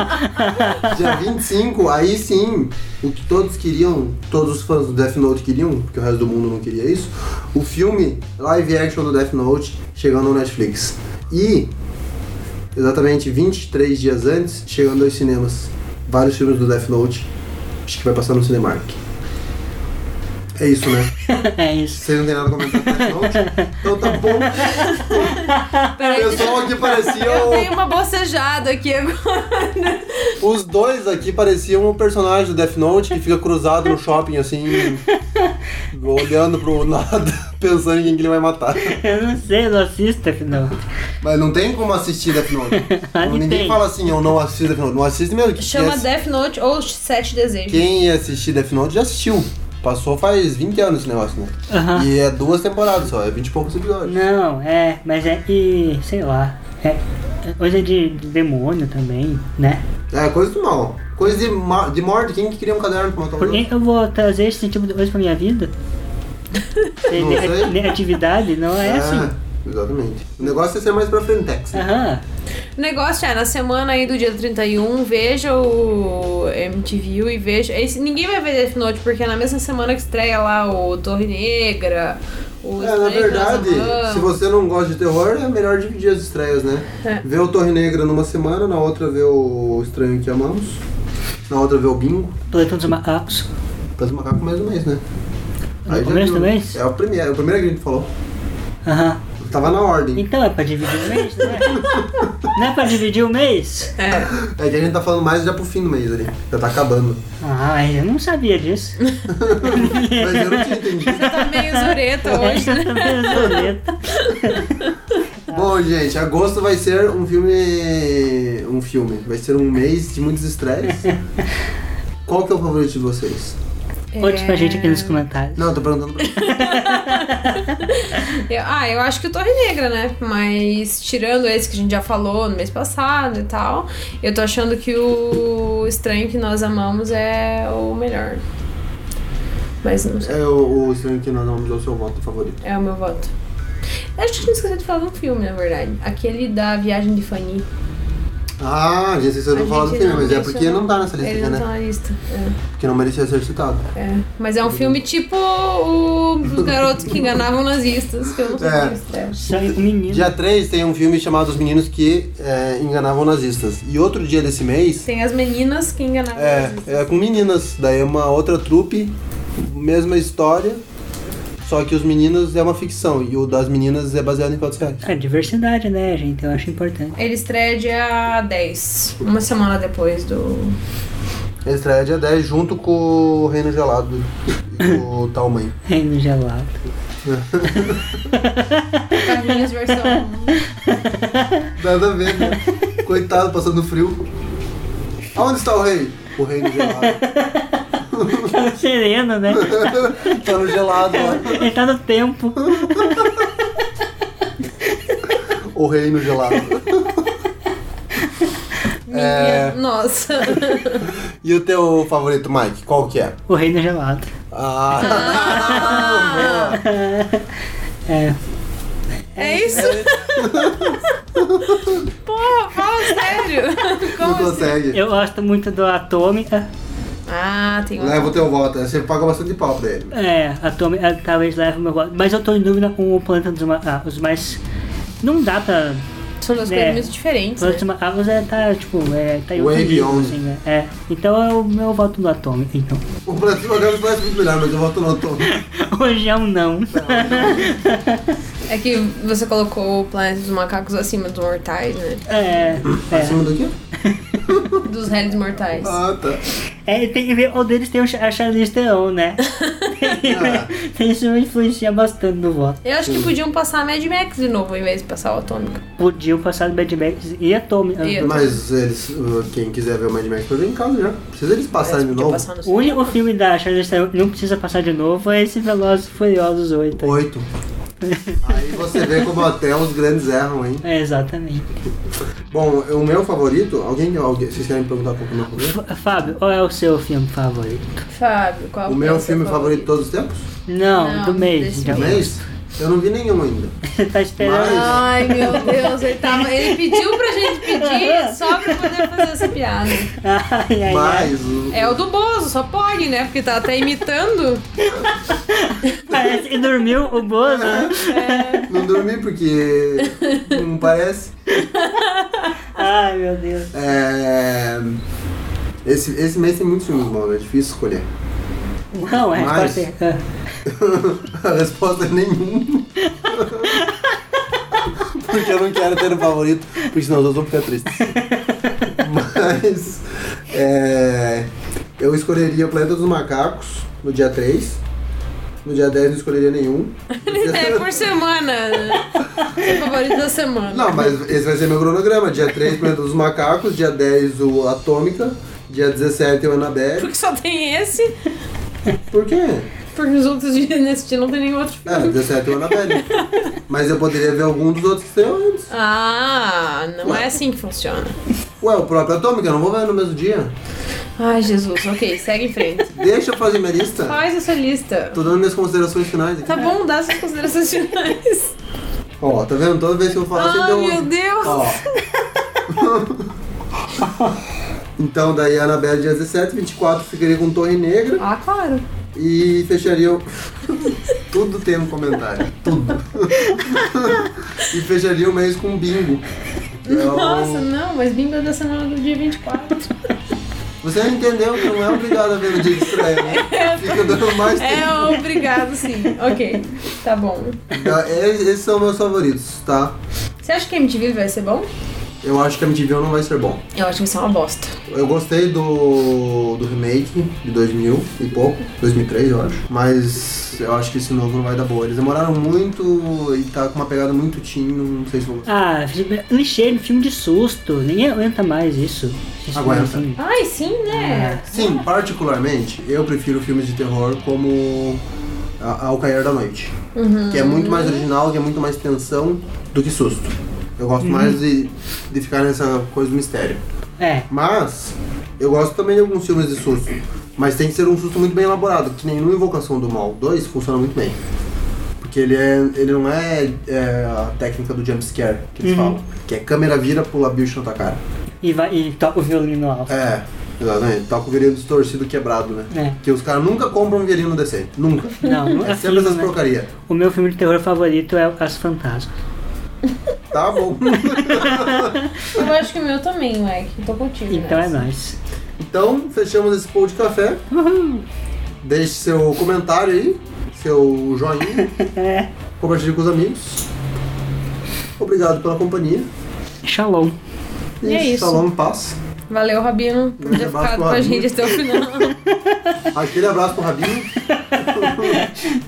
Speaker 1: Dia 25, aí sim, o que todos queriam, todos os fãs do Death Note queriam, porque o resto do mundo não queria isso, o filme live action do Death Note chegando ao Netflix. E exatamente 23 dias antes, chegando aos cinemas. Vários filmes do Death Note, acho que vai passar no Cinemark. É isso, né?
Speaker 2: É isso.
Speaker 1: Vocês não têm nada a comentar do Death Note? Então tá bom.
Speaker 3: Peraí,
Speaker 1: O pessoal aqui parecia
Speaker 3: Eu
Speaker 1: o-
Speaker 2: um
Speaker 3: tenho uma bocejada aqui agora.
Speaker 1: Os dois aqui pareciam um personagem do Death Note que fica cruzado no shopping,
Speaker 2: (laughs)
Speaker 1: assim, olhando pro nada, (laughs) pensando em quem que ele vai matar.
Speaker 2: Eu não sei, eu não assisto, afinal.
Speaker 1: Mas não tem como assistir Death
Speaker 2: (laughs)
Speaker 1: Note.
Speaker 2: Ali
Speaker 1: Ninguém
Speaker 2: tem.
Speaker 1: fala assim, eu não assisto Death Note. Não assiste mesmo. é- Quem
Speaker 3: Chama
Speaker 1: ass-
Speaker 3: Death Note ou Sete Desejos.
Speaker 1: Quem ia assistir Death Note já assistiu. Passou faz 20 anos esse negócio, né?
Speaker 2: Aham.
Speaker 1: E é duas temporadas só, é 20 e poucos episódios.
Speaker 2: Não, é, mas é que, sei lá. É, hoje é de, de demônio também, né?
Speaker 1: É, coisa do mal. Coisa de, ma- de morte, quem que queria um caderno pra matar o
Speaker 2: Por que, que eu vou trazer esse tipo de coisa pra minha vida?
Speaker 1: (laughs) Não
Speaker 2: Ne-
Speaker 1: sei.
Speaker 2: ne- Negatividade não é, assim.
Speaker 1: Exatamente. O negócio é ser mais pra Frentex.
Speaker 2: Aham.
Speaker 3: O negócio é, na semana aí do dia 31, veja o MTV e veja. Esse, ninguém vai ver Death Note, porque é na mesma semana que estreia lá o Torre Negra, o
Speaker 1: É, na
Speaker 3: Snake Nós
Speaker 1: verdade,
Speaker 3: Amamos.
Speaker 1: se você não gosta de terror, é melhor dividir as estreias, né?
Speaker 3: É.
Speaker 1: Vê o Torre Negra numa semana, na outra vê o Estranho que Amamos, na outra vê o Bingo.
Speaker 2: Planeta dos Macacos.
Speaker 1: Planeta dos Macacos mais um mês, né?
Speaker 2: No começo do
Speaker 1: viu.
Speaker 2: mês?
Speaker 1: É o primeiro, é o primeiro que a gente falou.
Speaker 2: Aham.
Speaker 1: Tava na ordem.
Speaker 2: Então é pra dividir o mês, né? não é pra dividir o mês?
Speaker 3: É.
Speaker 2: Então.
Speaker 1: É que a gente tá falando mais já pro fim do mês ali. Já tá acabando.
Speaker 2: Ah, mas eu não sabia
Speaker 3: (laughs)
Speaker 2: disso.
Speaker 1: Mas eu não tinha entendido.
Speaker 2: (laughs)
Speaker 3: Você tá meio zureta hoje,
Speaker 2: Eu tô meio
Speaker 3: né?
Speaker 2: zureta.
Speaker 1: Bom, gente, agosto vai ser um filme. Um filme. Vai ser um mês de muitos
Speaker 2: (laughs)
Speaker 1: estreias. Qual que é o favorito de vocês?
Speaker 2: Conte pra gente aqui nos comentários.
Speaker 1: Não, eu tô perguntando pra
Speaker 3: Eu- ah, eu acho que o Torre Negra, né? Mas tirando esse que a gente já falou no mês passado e tal, eu tô achando que o Estranho que Nós Amamos é o melhor. Mas não sei.
Speaker 1: É o, o estranho que nós vamos é o seu voto favorito.
Speaker 3: É o meu voto. Eu acho que não esqueci de falar de um filme, na verdade. Aquele da Viagem de Fanny.
Speaker 1: Ah, já sei se vocês não
Speaker 3: A
Speaker 1: falaram do
Speaker 3: gente
Speaker 1: filme, mas é
Speaker 3: mencionou.
Speaker 1: porque não tá nessa lista
Speaker 3: Ele
Speaker 1: aqui,
Speaker 3: não
Speaker 1: né?
Speaker 3: tá na lista. é.
Speaker 1: Porque não merecia ser citado.
Speaker 3: É. Mas é um filme tipo o-
Speaker 1: (laughs)
Speaker 3: os garotos que enganavam nazistas, que eu não sei
Speaker 1: É.
Speaker 3: se isso é.
Speaker 1: Dia 3 tem um filme chamado Os Meninos que é, Enganavam Nazistas. E outro dia desse mês
Speaker 3: Tem um as meninas que enganavam
Speaker 1: é,
Speaker 3: nazistas.
Speaker 1: é com meninas. Daí é uma outra trupe, mesma história, só que os meninos é uma ficção e o das meninas é baseado em fatos reais.
Speaker 2: É diversidade, né, gente? Eu acho importante.
Speaker 3: Ele estreia dia 10, uma semana depois do.
Speaker 1: Ele estreia dia 10 junto com o Reino Gelado e com o Tal Mãe.
Speaker 2: Reino gelado. (laughs)
Speaker 1: (laughs)
Speaker 3: Carlinhos versão. um.
Speaker 1: Nada a ver, né? Coitado, passando frio. Aonde está o rei? O reino gelado.
Speaker 2: Tá no sereno, né?
Speaker 1: tá no gelado lá.
Speaker 2: Ele tá no tempo.
Speaker 1: O reino gelado. É,
Speaker 3: Nossa.
Speaker 1: e o teu favorito, Mike? Qual que é?
Speaker 2: O reino gelado.
Speaker 1: Ah,
Speaker 2: É.
Speaker 3: É
Speaker 1: (laughs)
Speaker 3: isso? Porra, fala sério. Como assim?
Speaker 1: consegue.
Speaker 2: Eu gosto muito do Atômica.
Speaker 3: Ah, tem
Speaker 1: Leva o teu voto. né? Você paga bastante pau pra ele.
Speaker 2: É, Atômica talvez leve o meu voto. Mas eu tô em dúvida com o Planeta dos Macacos, mas não dá pra.
Speaker 3: São duas
Speaker 2: né?
Speaker 3: coisas muito diferentes.
Speaker 2: Planeta dos Macacos é, tá, tipo, é, tá em outro
Speaker 1: Way
Speaker 2: nível,
Speaker 1: beyond.
Speaker 2: assim, né? É. Então é o meu voto do Atômica, então. (laughs)
Speaker 1: O Brasil Magalos parece muito melhor, mas eu voto no Tom.
Speaker 2: Hoje é um não.
Speaker 3: É que você colocou o Planeta dos Macacos acima dos mortais, né?
Speaker 2: (laughs) É.
Speaker 1: Acima do quê?
Speaker 3: Dos réis mortais.
Speaker 1: Ah, tá.
Speaker 2: É, tem que ver, o deles tem o Cha- a Charlize
Speaker 1: (laughs)
Speaker 2: Theron, né? Tem, isso influencia bastante no voto.
Speaker 3: Eu acho que podiam passar a Mad Max de novo em vez de passar o Atômica.
Speaker 2: Podiam passar do Mad Max e Atômica.
Speaker 3: E
Speaker 1: Mas eles, uh, quem quiser ver o Mad Max, pode ver em casa já. Precisa eles passarem de novo.
Speaker 3: passar no
Speaker 2: O único filme da Charlize Theron que não precisa passar de novo é esse Velozes e Furiosos 8. aí.
Speaker 1: Oito. Aí você vê como até os grandes erram, hein?
Speaker 2: É, exatamente.
Speaker 1: Bom, o meu favorito, alguém, alguém vocês querem me perguntar qual que é o meu favorito?
Speaker 2: F- Fábio, qual é o seu filme favorito?
Speaker 3: Fábio, qual
Speaker 1: é
Speaker 3: é
Speaker 1: O meu filme favorito É de todos os tempos?
Speaker 2: Não,
Speaker 3: Não,
Speaker 2: do mês.
Speaker 3: desse
Speaker 2: então.
Speaker 1: Do mês? Eu não vi nenhum ainda.
Speaker 2: Você tá esperando.
Speaker 1: Mas-
Speaker 3: Ai, meu Deus, ele, tava, ele pediu pra gente pedir só pra poder fazer essa piada.
Speaker 2: Ai,
Speaker 1: é.
Speaker 2: ai, ai.
Speaker 1: Mas o-
Speaker 3: É o do Bozo, só pode, né? Porque tá até imitando.
Speaker 2: Parece que dormiu o Bozo.
Speaker 1: não dormi porque não parece.
Speaker 2: Ai, meu Deus.
Speaker 1: É, Esse, esse mês tem muitos filmes bons, é difícil escolher.
Speaker 2: Não, é,
Speaker 1: Mas-
Speaker 2: pode ser.
Speaker 1: (laughs) A resposta é nenhum. (laughs) Porque eu não quero ter um favorito, porque senão os outros vão ficar
Speaker 3: (laughs)
Speaker 1: tristes. Mas é, eu escolheria Planeta dos Macacos no dia 3. No dia 10 não escolheria nenhum.
Speaker 3: (laughs) É por semana. né? Seu favorito da semana.
Speaker 1: (laughs) Não, mas esse vai ser meu cronograma. Dia 3, Planeta dos Macacos, dia 10 o Atômica, dia 17 o Annabelle.
Speaker 3: Porque só tem esse.
Speaker 1: Por quê?
Speaker 3: Porque os outros dias nesse dia não tem nenhum outro filme.
Speaker 1: É, deu certo o
Speaker 3: (laughs)
Speaker 1: Annabelle. Mas eu poderia ver algum dos outros que saiu antes.
Speaker 3: Ah, não
Speaker 1: Ué.
Speaker 3: é assim que funciona.
Speaker 1: Ué, o próprio Atômica, eu não vou ver no mesmo dia.
Speaker 3: Ai, Jesus. Ok, segue em frente.
Speaker 1: Deixa eu fazer minha lista.
Speaker 3: (laughs) Faz a sua lista.
Speaker 1: Tô dando minhas considerações finais aqui.
Speaker 3: Tá bom, dá suas
Speaker 2: (laughs)
Speaker 3: considerações finais.
Speaker 1: Ó, tá vendo? Toda vez que eu falo,
Speaker 3: Ah,
Speaker 1: você deu um-
Speaker 3: meu Deus.
Speaker 1: Ó. (laughs) então, daí a Anabelle dia 17, 24 ficaria com Torre Negra.
Speaker 3: Ah, claro.
Speaker 1: E fecharia o... (laughs) Tudo tem um comentário. Tudo. (laughs) e fecharia o mês com um Bingo. que
Speaker 2: Então,
Speaker 1: é o-
Speaker 3: Nossa, não, mas bingo é da semana do dia 24.
Speaker 1: Você entendeu que não é obrigado a ver no dia de estreia,
Speaker 3: (laughs)
Speaker 1: né? Fica dando mais tempo.
Speaker 3: É, (laughs) obrigado, sim. Ok, tá bom.
Speaker 1: Tá, é- Esses são meus favoritos, tá?
Speaker 3: Você acha que MTV vai ser bom?
Speaker 1: Eu acho que a MTV não vai ser bom.
Speaker 3: Eu acho que isso é uma bosta.
Speaker 1: Eu gostei do, do remake de 2000 e pouco, 2003 eu acho, mas eu acho que esse novo não vai dar boa. Eles demoraram muito e tá com uma pegada muito teen, não sei se vou gostar.
Speaker 2: Ah, encheram filme de susto. Nem aguenta mais isso. Isso
Speaker 1: Aguenta.
Speaker 2: assim.
Speaker 3: Ai, sim, né?
Speaker 2: É.
Speaker 1: Sim, particularmente, eu prefiro filmes de terror como A- Ao Cair da Noite,
Speaker 3: Uhum.
Speaker 1: que é muito mais original, que é muito mais tensão do que susto. Eu gosto
Speaker 2: Uhum.
Speaker 1: mais de, de ficar nessa coisa do mistério.
Speaker 2: É.
Speaker 1: Mas eu gosto também de alguns filmes de susto. Mas tem que ser um susto muito bem elaborado, que nem no Invocação do Mal 2 funciona muito bem. Porque ele, é, ele não é, é, a técnica do jump scare que eles
Speaker 2: Uhum.
Speaker 1: falam. Que é câmera vira, pula bicho na tua cara.
Speaker 2: E, vai, e toca o violino (laughs) alto.
Speaker 1: É, exatamente. Tá com o violino distorcido quebrado, né?
Speaker 2: É.
Speaker 1: Que os caras nunca compram um violino decente.
Speaker 2: (laughs)
Speaker 1: Nunca.
Speaker 2: Não, nunca
Speaker 1: é sempre
Speaker 2: fiz,
Speaker 1: essas
Speaker 2: né?
Speaker 1: porcaria.
Speaker 2: O meu filme de terror favorito é As Fantasmas.
Speaker 1: Tá
Speaker 2: (laughs)
Speaker 1: bom.
Speaker 3: Eu acho que o meu também, Mike. Eu tô contigo.
Speaker 2: Então é
Speaker 3: nessa.
Speaker 2: nóis.
Speaker 1: Então, fechamos esse pão de café. Deixe seu comentário aí, seu joinha. Compartilhe com os amigos. Obrigado pela companhia. um
Speaker 2: Shalom.
Speaker 1: E,
Speaker 3: E é isso.
Speaker 1: Shalom, paz.
Speaker 3: Valeu, Rabino, por
Speaker 2: É
Speaker 1: Um
Speaker 3: ter
Speaker 1: abraço
Speaker 3: ficado
Speaker 1: pro
Speaker 3: com a
Speaker 1: Rabino.
Speaker 3: gente até o final.
Speaker 1: Aquele abraço pro Rabinho.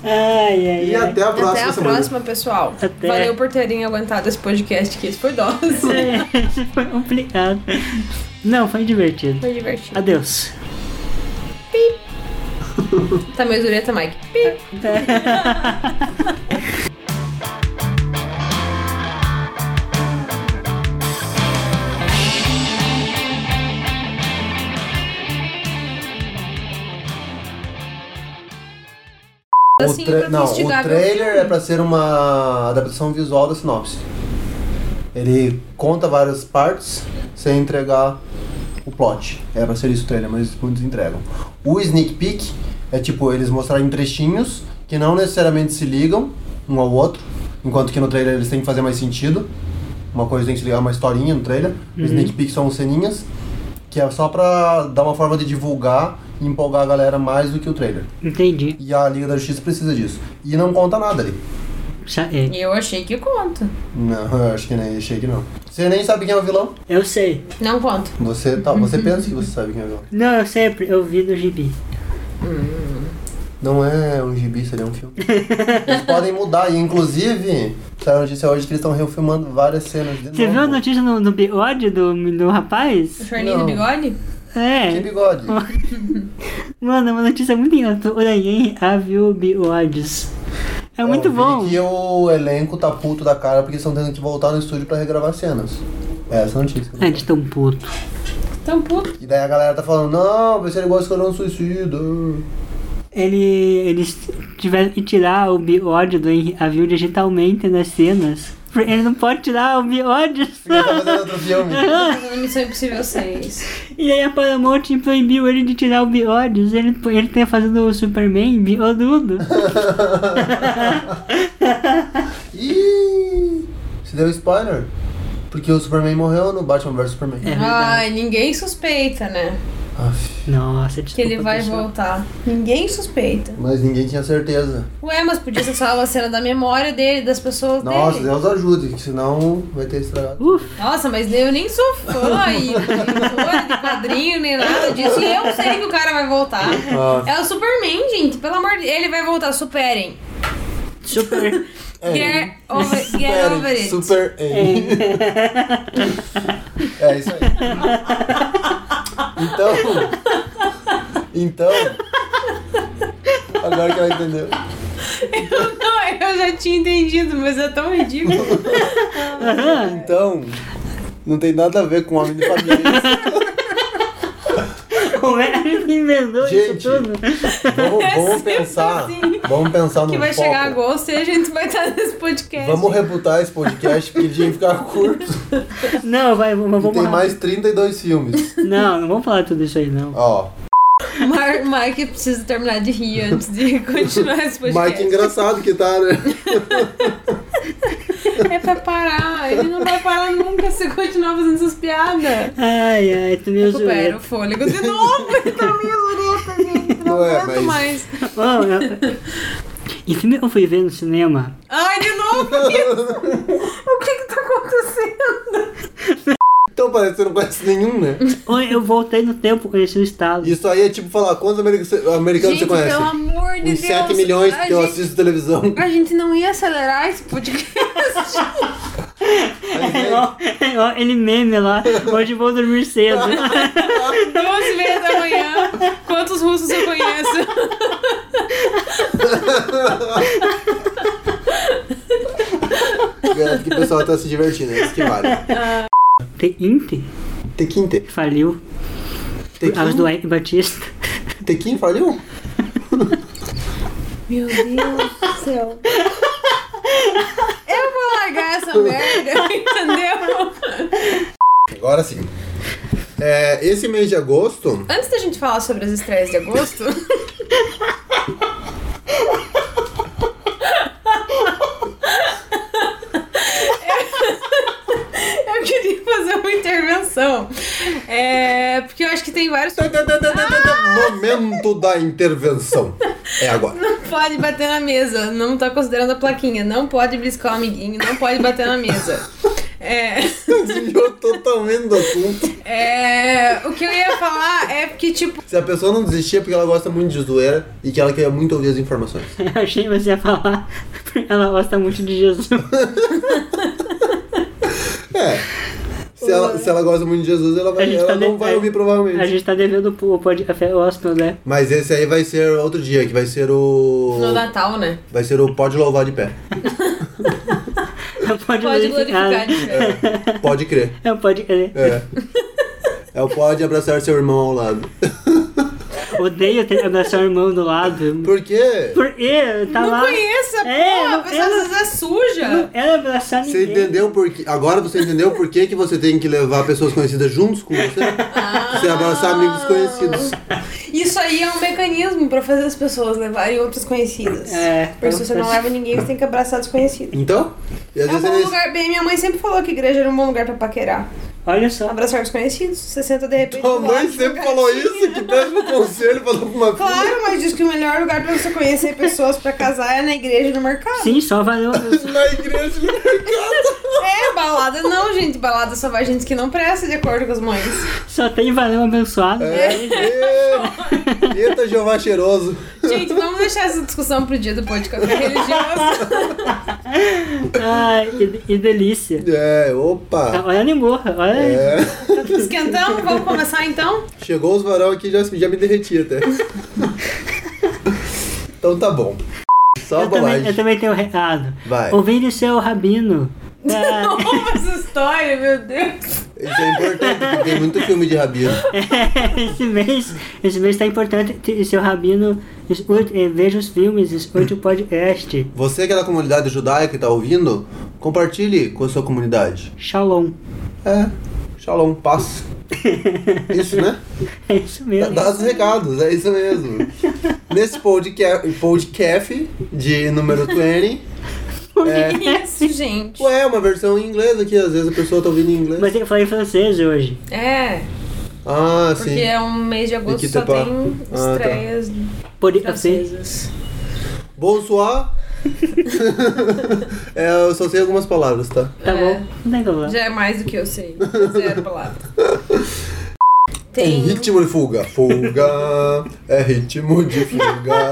Speaker 2: Ai, ai,
Speaker 1: E
Speaker 2: ai.
Speaker 1: até a próxima
Speaker 3: Até a
Speaker 1: semana.
Speaker 3: próxima, pessoal.
Speaker 2: Até.
Speaker 3: Valeu por terem aguentado esse podcast que esse foi dose.
Speaker 2: (laughs) Foi complicado. Não, foi divertido.
Speaker 3: Foi divertido.
Speaker 2: Adeus.
Speaker 3: Tá meio dureta, Mike. Pi.
Speaker 1: (laughs) O
Speaker 3: Assim,
Speaker 1: tra-
Speaker 3: pra
Speaker 1: não,
Speaker 3: instigar
Speaker 1: o
Speaker 3: meu
Speaker 1: trailer
Speaker 3: filme.
Speaker 1: é pra ser uma adaptação visual da sinopse. Ele conta várias partes sem entregar o plot. É pra ser isso o trailer, mas muitos entregam. O sneak peek é tipo eles mostrarem trechinhos que não necessariamente se ligam um ao outro, enquanto que no trailer eles têm que fazer mais sentido. Uma coisa tem que se ligar a uma historinha no trailer.
Speaker 2: Uhum.
Speaker 1: Os sneak peeks são ceninhas que é só pra dar uma forma de divulgar e empolgar a galera mais do que o trailer.
Speaker 2: Entendi.
Speaker 1: E a Liga da Justiça precisa disso. E não conta nada ali.
Speaker 2: Sa- é.
Speaker 3: E eu achei que conta.
Speaker 1: Não, eu acho que nem achei que não. Você nem sabe quem é o vilão.
Speaker 2: Eu sei.
Speaker 3: Não conta.
Speaker 1: Você, tá, você
Speaker 2: Uhum.
Speaker 1: pensa que você sabe quem é o vilão.
Speaker 2: Não, eu sempre. Eu vi do gibi.
Speaker 1: Não é um gibi, seria um filme.
Speaker 2: (laughs)
Speaker 1: Eles podem mudar. E inclusive, saiu a notícia hoje que eles estão refilmando várias cenas de
Speaker 2: Você
Speaker 1: novo.
Speaker 2: viu a notícia no, no bigode do, do rapaz?
Speaker 3: O Charlinho do
Speaker 1: Não.
Speaker 3: bigode?
Speaker 1: Que
Speaker 2: É.
Speaker 1: bigode.
Speaker 2: Mano, é uma notícia muito engraçada. Oranhen havia bigodes. (laughs) É muito
Speaker 1: Eu vi
Speaker 2: bom.
Speaker 1: um que o elenco tá puto da cara porque eles estão tendo que voltar no estúdio pra regravar cenas. É essa a notícia.
Speaker 2: É de tão puto.
Speaker 3: Tão puto.
Speaker 1: E daí a galera tá falando, não, vai ser igual escolher um
Speaker 2: (laughs)
Speaker 1: suicida.
Speaker 2: Ele, eles tiveram que tirar o bigode do Henry Avil digitalmente nas cenas. Ele não pode tirar o bigode.
Speaker 1: Porque tá fazendo outro filme. (laughs)
Speaker 3: Tá fazendo Missão Impossível 6.
Speaker 2: E aí a Paramount proibiu ele de tirar o Biodes, ele, ele tá fazendo o
Speaker 1: (laughs)
Speaker 2: Superman biodudo.
Speaker 1: Ih, se deu spoiler. Porque o Superman morreu no Batman vs Superman.
Speaker 3: É. Ai, ninguém suspeita, né?
Speaker 1: Aff,
Speaker 2: Nossa, desculpa.
Speaker 3: Que ele vai
Speaker 2: pessoal.
Speaker 3: voltar. Ninguém suspeita.
Speaker 1: mas ninguém tinha certeza.
Speaker 3: Ué, mas podia ser só uma cena da memória dele, das pessoas
Speaker 1: Nossa,
Speaker 3: dele.
Speaker 1: Deus ajude, que senão vai ter estragado.
Speaker 2: Uf,
Speaker 3: Nossa, mas eu nem sou
Speaker 1: (laughs)
Speaker 3: fã e nem sou de quadrinho, nem nada disso. E eu sei que o cara vai voltar.
Speaker 1: Nossa.
Speaker 3: É o Superman, gente. Pelo amor de Deus. Ele vai voltar, superem.
Speaker 2: super.
Speaker 3: Get over, get over it.
Speaker 1: é Super A. É isso aí. Então. Então. Agora que ela entendeu.
Speaker 3: Eu, (laughs) não, eu já tinha entendido, mas é tão ridículo.
Speaker 1: Então, não tem nada a ver com homem de família.
Speaker 3: (laughs)
Speaker 2: Como é que emendou
Speaker 1: Gente,
Speaker 2: isso tudo?
Speaker 1: Vamos, vamos pensar. Vamos pensar no
Speaker 3: assim. que vai
Speaker 1: foco.
Speaker 3: chegar agosto e a gente vai estar nesse podcast.
Speaker 1: Vamos rebutar esse podcast porque ele tinha que ficar
Speaker 3: (laughs)
Speaker 1: curto.
Speaker 2: Não, vai, vamos
Speaker 1: E tem mais 32 filmes.
Speaker 2: Não, não vamos falar tudo isso aí, não.
Speaker 1: Ó.
Speaker 3: Mar Mike precisa terminar de rir antes de (laughs) continuar esse podcast.
Speaker 1: Mike engraçado que tá,
Speaker 3: (laughs)
Speaker 1: né?
Speaker 3: É pra parar. Ele não vai parar nunca se continuar fazendo essas piadas.
Speaker 2: Ai, ai, tu me
Speaker 3: Recupera o fôlego de novo. Ele tá meio zureta, gente. Não
Speaker 1: Não é,
Speaker 3: aguento
Speaker 1: mas-
Speaker 3: mais.
Speaker 2: Bom,
Speaker 3: (laughs)
Speaker 2: eu- E filme que eu fui ver no cinema?
Speaker 3: Ai, de novo isso. O que que tá acontecendo?
Speaker 1: Então parece que você não conhece nenhum, né?
Speaker 2: Oi, eu voltei no tempo, conheci o estado.
Speaker 1: Isso aí é tipo falar quantos americanos americanos você
Speaker 3: Gente,
Speaker 1: conhece?
Speaker 3: pelo amor de
Speaker 1: Uns
Speaker 3: Deus.
Speaker 1: 7 milhões
Speaker 3: a
Speaker 1: que eu
Speaker 3: gente-
Speaker 1: assisto
Speaker 3: (laughs)
Speaker 1: televisão.
Speaker 3: A gente não ia acelerar esse (laughs) podcast.
Speaker 2: É
Speaker 1: né,
Speaker 2: igual, é igual aquele meme lá, hoje vou
Speaker 1: (laughs)
Speaker 2: dormir cedo.
Speaker 3: Duas e meia da manhã. Quantos russos eu conheço?
Speaker 1: Garanto que o pessoal tá se divertindo, é isso que vale.
Speaker 2: The Inter
Speaker 1: Tequinte.
Speaker 2: faliu.
Speaker 1: Tequim?
Speaker 2: Por causa do Eric Batista. (laughs)
Speaker 1: Tequim um. faliu?
Speaker 3: Meu Deus do céu. Eu vou largar essa merda, (laughs) entendeu?
Speaker 1: Agora sim. É, esse mês de agosto.
Speaker 3: Antes da gente falar sobre as estreias de agosto. eu- Eu queria fazer uma intervenção. É, porque eu acho que tem vários.
Speaker 1: Momento da intervenção. É agora.
Speaker 3: (laughs) Não Ah, pode bater na mesa. Não tá considerando a plaquinha. Não pode briscar o amiguinho. Não pode bater na mesa. É.
Speaker 1: Desviou totalmente do assunto.
Speaker 3: É, o que eu ia falar é porque, tipo,
Speaker 1: Se a pessoa não desistir é porque ela gosta muito de zoeira e que ela queria muito ouvir as informações.
Speaker 2: Eu achei que você ia falar, porque ela gosta muito de Jesus.
Speaker 1: (laughs) Se ela, se ela gosta muito de Jesus, ela, vai, ela não vai ouvir provavelmente.
Speaker 2: A gente tá devendo o podcast gospel, né?
Speaker 1: Mas esse aí vai ser outro dia, que vai ser o.
Speaker 3: no Natal, né?
Speaker 1: Vai ser o Pode Louvar de Pé.
Speaker 2: Pode,
Speaker 3: Pode glorificar. né?
Speaker 1: Pode crer.
Speaker 2: É, pode crer.
Speaker 3: (laughs)
Speaker 1: É. É o Pode Abraçar Seu Irmão ao Lado.
Speaker 2: Odeio ter abraçar o irmão do lado.
Speaker 1: Por quê?
Speaker 2: Por quê? Tá
Speaker 3: não
Speaker 2: lá.
Speaker 3: conheço essa
Speaker 2: É,
Speaker 3: porra,
Speaker 2: não-
Speaker 3: a pessoa às vezes é suja.
Speaker 2: Não era abraçar
Speaker 1: Você
Speaker 2: ninguém.
Speaker 1: entendeu por que, Agora você entendeu por que, que você tem que levar pessoas conhecidas juntos com você?
Speaker 3: Ah.
Speaker 1: Você abraçar amigos conhecidos.
Speaker 3: Isso aí é um mecanismo pra fazer as pessoas levarem outras conhecidas.
Speaker 2: É,
Speaker 3: Porque se você não leva ninguém, você tem que abraçar desconhecido.
Speaker 1: Então? E às
Speaker 3: É um
Speaker 1: vezes
Speaker 3: bom
Speaker 1: eles.
Speaker 3: lugar bem. Minha mãe sempre falou que igreja era um bom lugar pra paquerar.
Speaker 2: Olha só.
Speaker 3: Abraçar desconhecidos. Você senta de repente.
Speaker 1: Tua
Speaker 3: do lado
Speaker 1: mãe
Speaker 3: de um
Speaker 1: sempre
Speaker 2: é
Speaker 3: cara
Speaker 1: falou
Speaker 2: assim.
Speaker 3: que-
Speaker 1: isso, que péssimo conselho, falou pra uma filha.
Speaker 3: Claro, mas diz que o melhor lugar pra você conhecer pessoas pra casar é na igreja e no mercado.
Speaker 2: Sim, só valeu.
Speaker 1: Na igreja no mercado.
Speaker 3: (laughs) É, balada não, gente. Balada só vai gente que não presta, de acordo com as mães.
Speaker 2: Só tem valeu abençoado.
Speaker 1: É. Eita, Jeová cheiroso.
Speaker 3: Gente, vamos deixar essa discussão pro dia do podcast religioso.
Speaker 2: Ai, que, que delícia.
Speaker 1: É, opa.
Speaker 2: Olha a Nimorra, olha
Speaker 1: É.
Speaker 3: Esquentamos, vamos começar então?
Speaker 1: Chegou os varão aqui já, já me derreti até. então tá bom. Só a
Speaker 2: Eu também, eu
Speaker 1: bobagem.
Speaker 2: também tenho um recado.
Speaker 1: Vai.
Speaker 2: Ouvir seu rabino. Ah,
Speaker 3: (laughs) Como essa história, meu
Speaker 2: (laughs)
Speaker 3: Deus.
Speaker 1: Isso é importante, porque tem muito filme de rabino.
Speaker 2: Ah, (laughs) esse mês, esse mês tá importante. ter Seu rabino, escute, eh, veja os filmes, escute o podcast.
Speaker 1: Você que é da comunidade judaica que tá ouvindo, compartilhe com a sua comunidade.
Speaker 2: Shalom.
Speaker 1: É, shalom,
Speaker 2: (laughs)
Speaker 1: paz. Isso, né?
Speaker 2: É isso
Speaker 1: Dá-
Speaker 2: mesmo.
Speaker 1: Dá os recados, é isso
Speaker 3: (laughs)
Speaker 1: mesmo. Nesse podcast, podcast de número 20,
Speaker 3: Que
Speaker 2: É assim,
Speaker 3: Isso, gente.
Speaker 1: ué, é uma versão em inglês aqui, às vezes a pessoa tá ouvindo em inglês.
Speaker 2: Mas eu falei francês hoje.
Speaker 3: É,
Speaker 1: Ah,
Speaker 3: porque
Speaker 1: sim.
Speaker 3: é um mês de agosto
Speaker 1: Equipe
Speaker 3: só
Speaker 1: pá.
Speaker 3: tem
Speaker 1: Ah, tá.
Speaker 3: estreias
Speaker 2: Pode ser.
Speaker 3: francesas. (laughs)
Speaker 1: Bonsoir. é, eu só sei algumas palavras, tá?
Speaker 2: Tá
Speaker 3: É.
Speaker 2: bom. Não tem problema.
Speaker 3: Já é mais do que
Speaker 1: (laughs)
Speaker 3: eu sei. Zero palavra.
Speaker 1: Tem
Speaker 3: Tem.
Speaker 1: É ritmo de fuga. Fuga. é ritmo de fuga.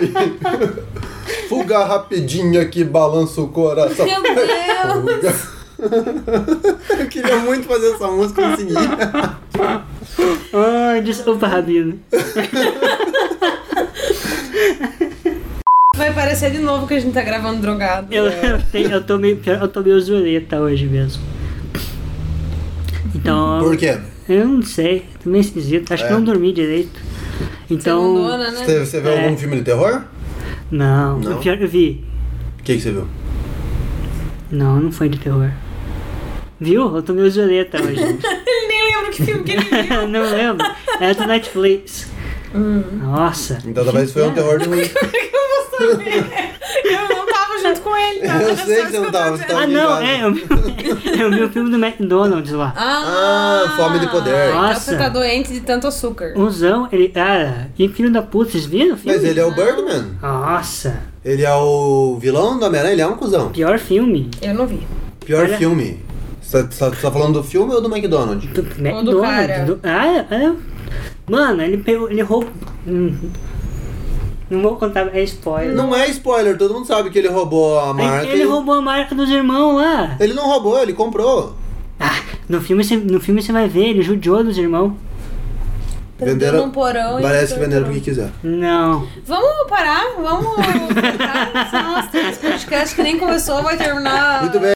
Speaker 1: Ei, ei. fuga rapidinha que balança o coração.
Speaker 3: Meu Deus!
Speaker 1: Fuga. (laughs) Eu queria muito fazer essa música e consegui.
Speaker 2: Ai, desculpa, rabino.
Speaker 3: vai parecer de novo que a gente tá gravando drogado. É,
Speaker 2: Eu, eu, tenho- eu tô meio, eu tô meio zureta hoje mesmo. Então.
Speaker 1: Por quê?
Speaker 2: Eu não sei, tô meio esquisito. Acho que
Speaker 1: É.
Speaker 2: não dormi direito. Então.
Speaker 3: Segundona, né?
Speaker 1: Você, você viu
Speaker 2: É.
Speaker 1: algum filme de terror?
Speaker 2: Não,
Speaker 1: Não?
Speaker 2: o pior que eu vi.
Speaker 1: O que, que você viu?
Speaker 2: Não, não foi de terror. Viu? Eu tô meio zureta hoje.
Speaker 3: (laughs)
Speaker 2: gente.
Speaker 3: (laughs) Ele nem lembra que filme que ele viu. (laughs)
Speaker 2: não lembro. É do Netflix.
Speaker 3: Hum.
Speaker 2: Nossa.
Speaker 1: Então talvez foi um terror de
Speaker 2: (laughs)
Speaker 1: ruim.
Speaker 3: Como é que eu vou saber? Eu não tava junto com ele, tá?
Speaker 1: Eu sei que você não tava, você tava
Speaker 2: Ah, não,
Speaker 1: Tá ligado.
Speaker 2: é. Eu vi, eu vi (laughs) o filme do McDonald's lá.
Speaker 3: Ah,
Speaker 1: Fome de poder.
Speaker 3: então você tá
Speaker 2: Nossa.
Speaker 3: doente de tanto açúcar.
Speaker 2: Usão, ele. Ah, e filho da puta, vocês viram o filme?
Speaker 1: Mas ele é o Birdman.
Speaker 2: Nossa.
Speaker 1: Ele é o vilão do Homem-Aranha, ele é um cuzão.
Speaker 2: Pior filme.
Speaker 3: Eu não vi.
Speaker 1: Pior
Speaker 2: Olha.
Speaker 1: filme. Você tá, tá falando do filme ou do McDonald's?
Speaker 2: McDonald's.
Speaker 3: Um cara.
Speaker 2: do- ah, é. Mano, ele pegou. Ele roubou. Hum. Não vou contar, é spoiler.
Speaker 1: Não é spoiler, todo mundo sabe que ele roubou a marca.
Speaker 2: Ele roubou a marca dos irmãos lá.
Speaker 1: Ele não roubou, ele comprou.
Speaker 2: No filme você no filme você vai ver, ele judiou dos irmãos.
Speaker 1: Venderam.
Speaker 3: num porão e
Speaker 1: parece que
Speaker 3: foi
Speaker 1: venderam o que quiser.
Speaker 2: Não.
Speaker 3: Vamos parar, vamos cortar, senão esse podcast que nem começou vai terminar
Speaker 1: Muito bem.